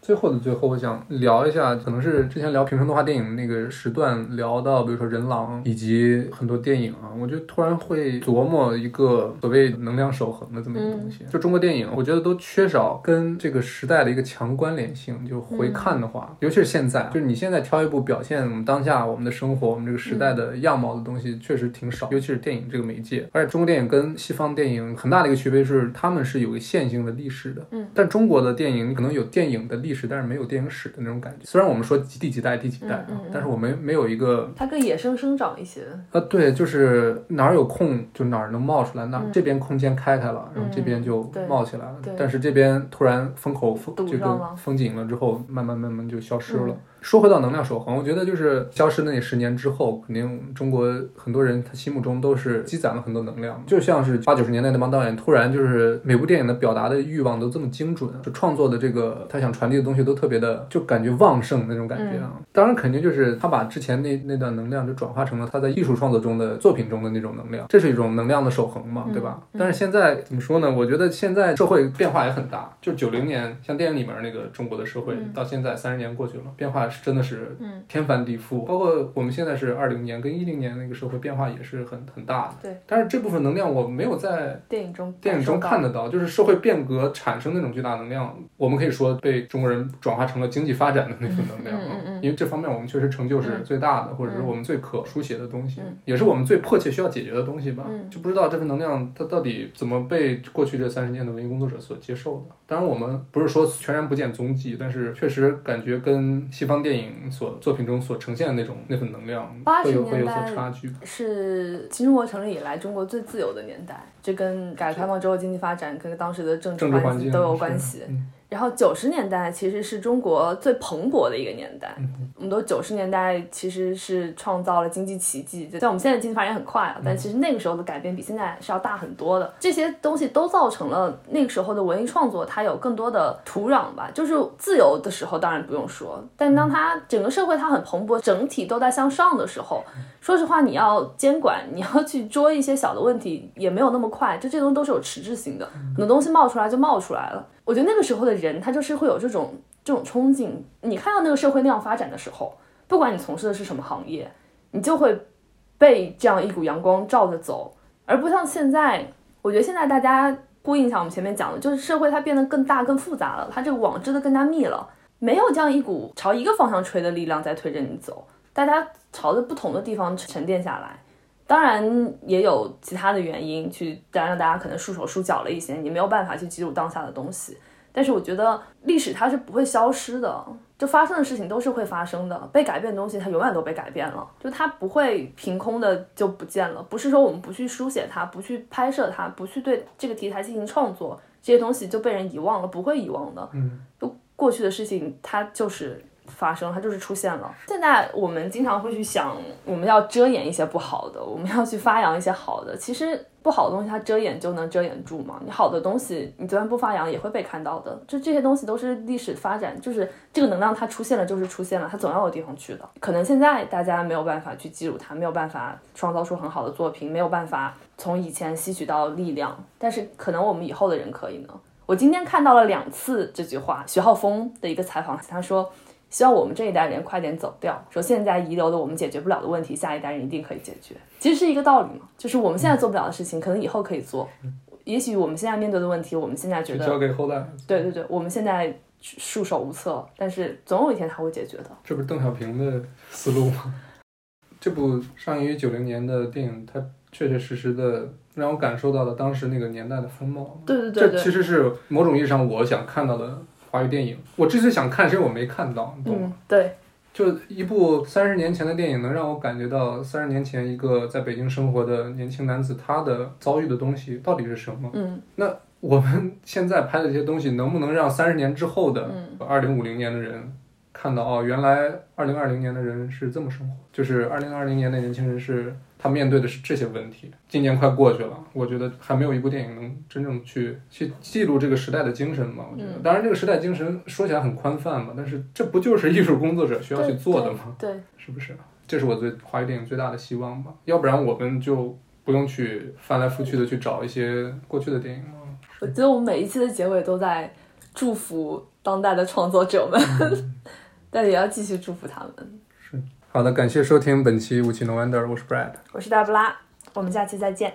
最后的最后，我想聊一下，可能是之前聊平成动画电影那个时段聊到，比如说《人狼》以及很多电影啊，我就突然会琢磨一个所谓能量守恒的这么一个东西。就中国电影，我觉得都缺少跟这个时代的一个强关联性。就回看的话，尤其是现在，就是你现在挑一部表现我们当下我们的生活、我们这个时代的样貌的东西，确实挺少，尤其是电影这个媒介。而且中国电影跟西方电影很大的一个区别是，他们是有个线性的历史的。但中国的电影可能有电影的历史，但是没有电影史的那种感觉。虽然我们说第几代第几代啊，
嗯嗯嗯
但是我们没有一个
它更野生生长一些，
啊，对，就是哪儿有空就哪儿能冒出来，哪儿、这边空间开开了，然后这边就
嗯对
冒起来了。
对
但是这边突然风口封
堵
这
上
个
了嗯
封紧了之后，慢慢慢慢就消失了。说回到能量守恒，我觉得就是消失那十年之后，肯定中国很多人他心目中都是积攒了很多能量，就像是八九十年代那帮导演，突然就是每部电影的表达的欲望都这么精准，就创作的这个他想传递的东西都特别的，就感觉旺盛那种感
嗯
觉啊。当然，肯定就是他把之前那那段能量就转化成了他在艺术创作中的作品中的那种能量，这是一种能量的守恒嘛，对吧？但是现在怎么说呢？我觉得现在社会变化也很大，就九零年像电影里面那个中国的社会，到现在三十年过去了，变化是真的是
嗯
天翻地覆。包括我们现在是二零年跟一零年那个社会变化也是很很大的。
对，
但是这部分能量我没有在
电影中
电影中看得到，就是社会变革产生那种巨大能量，我们可以说被中国人转化成了经济发展的那种能量，
嗯嗯嗯
因为这方面我们确实成就是最大的，或者是我们最可书写的东西，也是我们最迫切需要解决的东西吧。
嗯
就不知道这份能量它到底怎么被过去这三十年的文艺工作者所接受的。当然，我们不是说全然不见踪迹，但是确实感觉跟西方电影所作品中所呈现的那种那份能量
80
会有会有
年
所
代
差距。
是新中国成立以来中国最自由的年代，这跟改革开放之后经济发展跟当时的政治
政治
环
环境
境都有
是
关系。
嗯
然后九十年代其实是中国最蓬勃的一个年代，
嗯
我们都九十年代其实是创造了经济奇迹，就像我们现在经济发展很快啊，但其实那个时候的改变比现在是要大很多的。这些东西都造成了那个时候的文艺创作它有更多的土壤吧。就是自由的时候当然不用说，但当它整个社会它很蓬勃，整体都在向上的时候，说实话你要监管，你要去捉一些小的问题也没有那么快，就这东西都是有迟滞性的，很多东西冒出来就冒出来了。我觉得那个时候的人，他就是会有这种这种冲劲。你看到那个社会那样发展的时候，不管你从事的是什么行业，你就会被这样一股阳光照着走，而不像现在。我觉得现在大家呼应一下我们前面讲的，就是社会它变得更大、更复杂了，它这个网织的更加密了，没有这样一股朝一个方向吹的力量在推着你走，大家朝着不同的地方沉淀下来。当然也有其他的原因去，当然让大家可能束手束脚了一些，你没有办法去记录当下的东西。但是我觉得历史它是不会消失的，就发生的事情都是会发生的，被改变的东西它永远都被改变了，就它不会凭空的就不见了。不是说我们不去书写它，不去拍摄它，不去对这个题材进行创作，这些东西就被人遗忘了，不会遗忘的。
嗯，
就过去的事情它就是。发生，它就是出现了。现在我们经常会去想，我们要遮掩一些不好的，我们要去发扬一些好的。其实不好的东西，它遮掩就能遮掩住嘛。你好的东西，你就算不发扬，也会被看到的。就这些东西都是历史发展，就是这个能量它出现了就是出现了，它总要有地方去的。可能现在大家没有办法去记录它，没有办法创造出很好的作品，没有办法从以前吸取到力量，但是可能我们以后的人可以呢。我今天看到了两次这句话，徐浩峰的一个采访，他说。希望我们这一代人快点走掉。说现在遗留的我们解决不了的问
嗯
题，下一代人一定可以解决，其实是一个道理嘛。就是我们现在做不了的事情，可能以后可以做。也许我们现在面对的问题，我们现在觉
就
得
交给后代。
对对对，我们现在束手无策，但是总有一天它会解决的。
这不是邓小平的思路吗？ 这部上映于九零年的电影，它确确实实的让我感受到了当时那个年代的风貌。
对对对
这其
对，
实是某种意义上我想看到的华语电影。我之所以想看，是因为我没看到，你懂吗？
嗯，对，
就一部三十年前的电影，能让我感觉到三十年前一个在北京生活的年轻男子他的遭遇的东西到底是什么。
嗯
我们现在拍的这些东西，能不能让三十年之后的
嗯
二零五零年的人看到哦，原来二零二零年的人是这么生活，就是二零二零年的年轻人是他面对的是这些问题。今年快过去了，我觉得还没有一部电影能真正去去记录这个时代的精神吧。我觉得，当然这个时代精神说起来很宽泛嘛，但是这不就是艺术工作者需要去做的吗？
对，
是不是？这是我对华语电影最大的希望吧，要不然我们就不用去翻来覆去的去找一些过去的电影了。
我觉得我们每一期的结尾都在祝福当代的创作者们， 但也要继续祝福他们。
好的，感谢收听本期《无奇 No Wonder》，我是 Brad。
我是黛布拉，我们下期再见。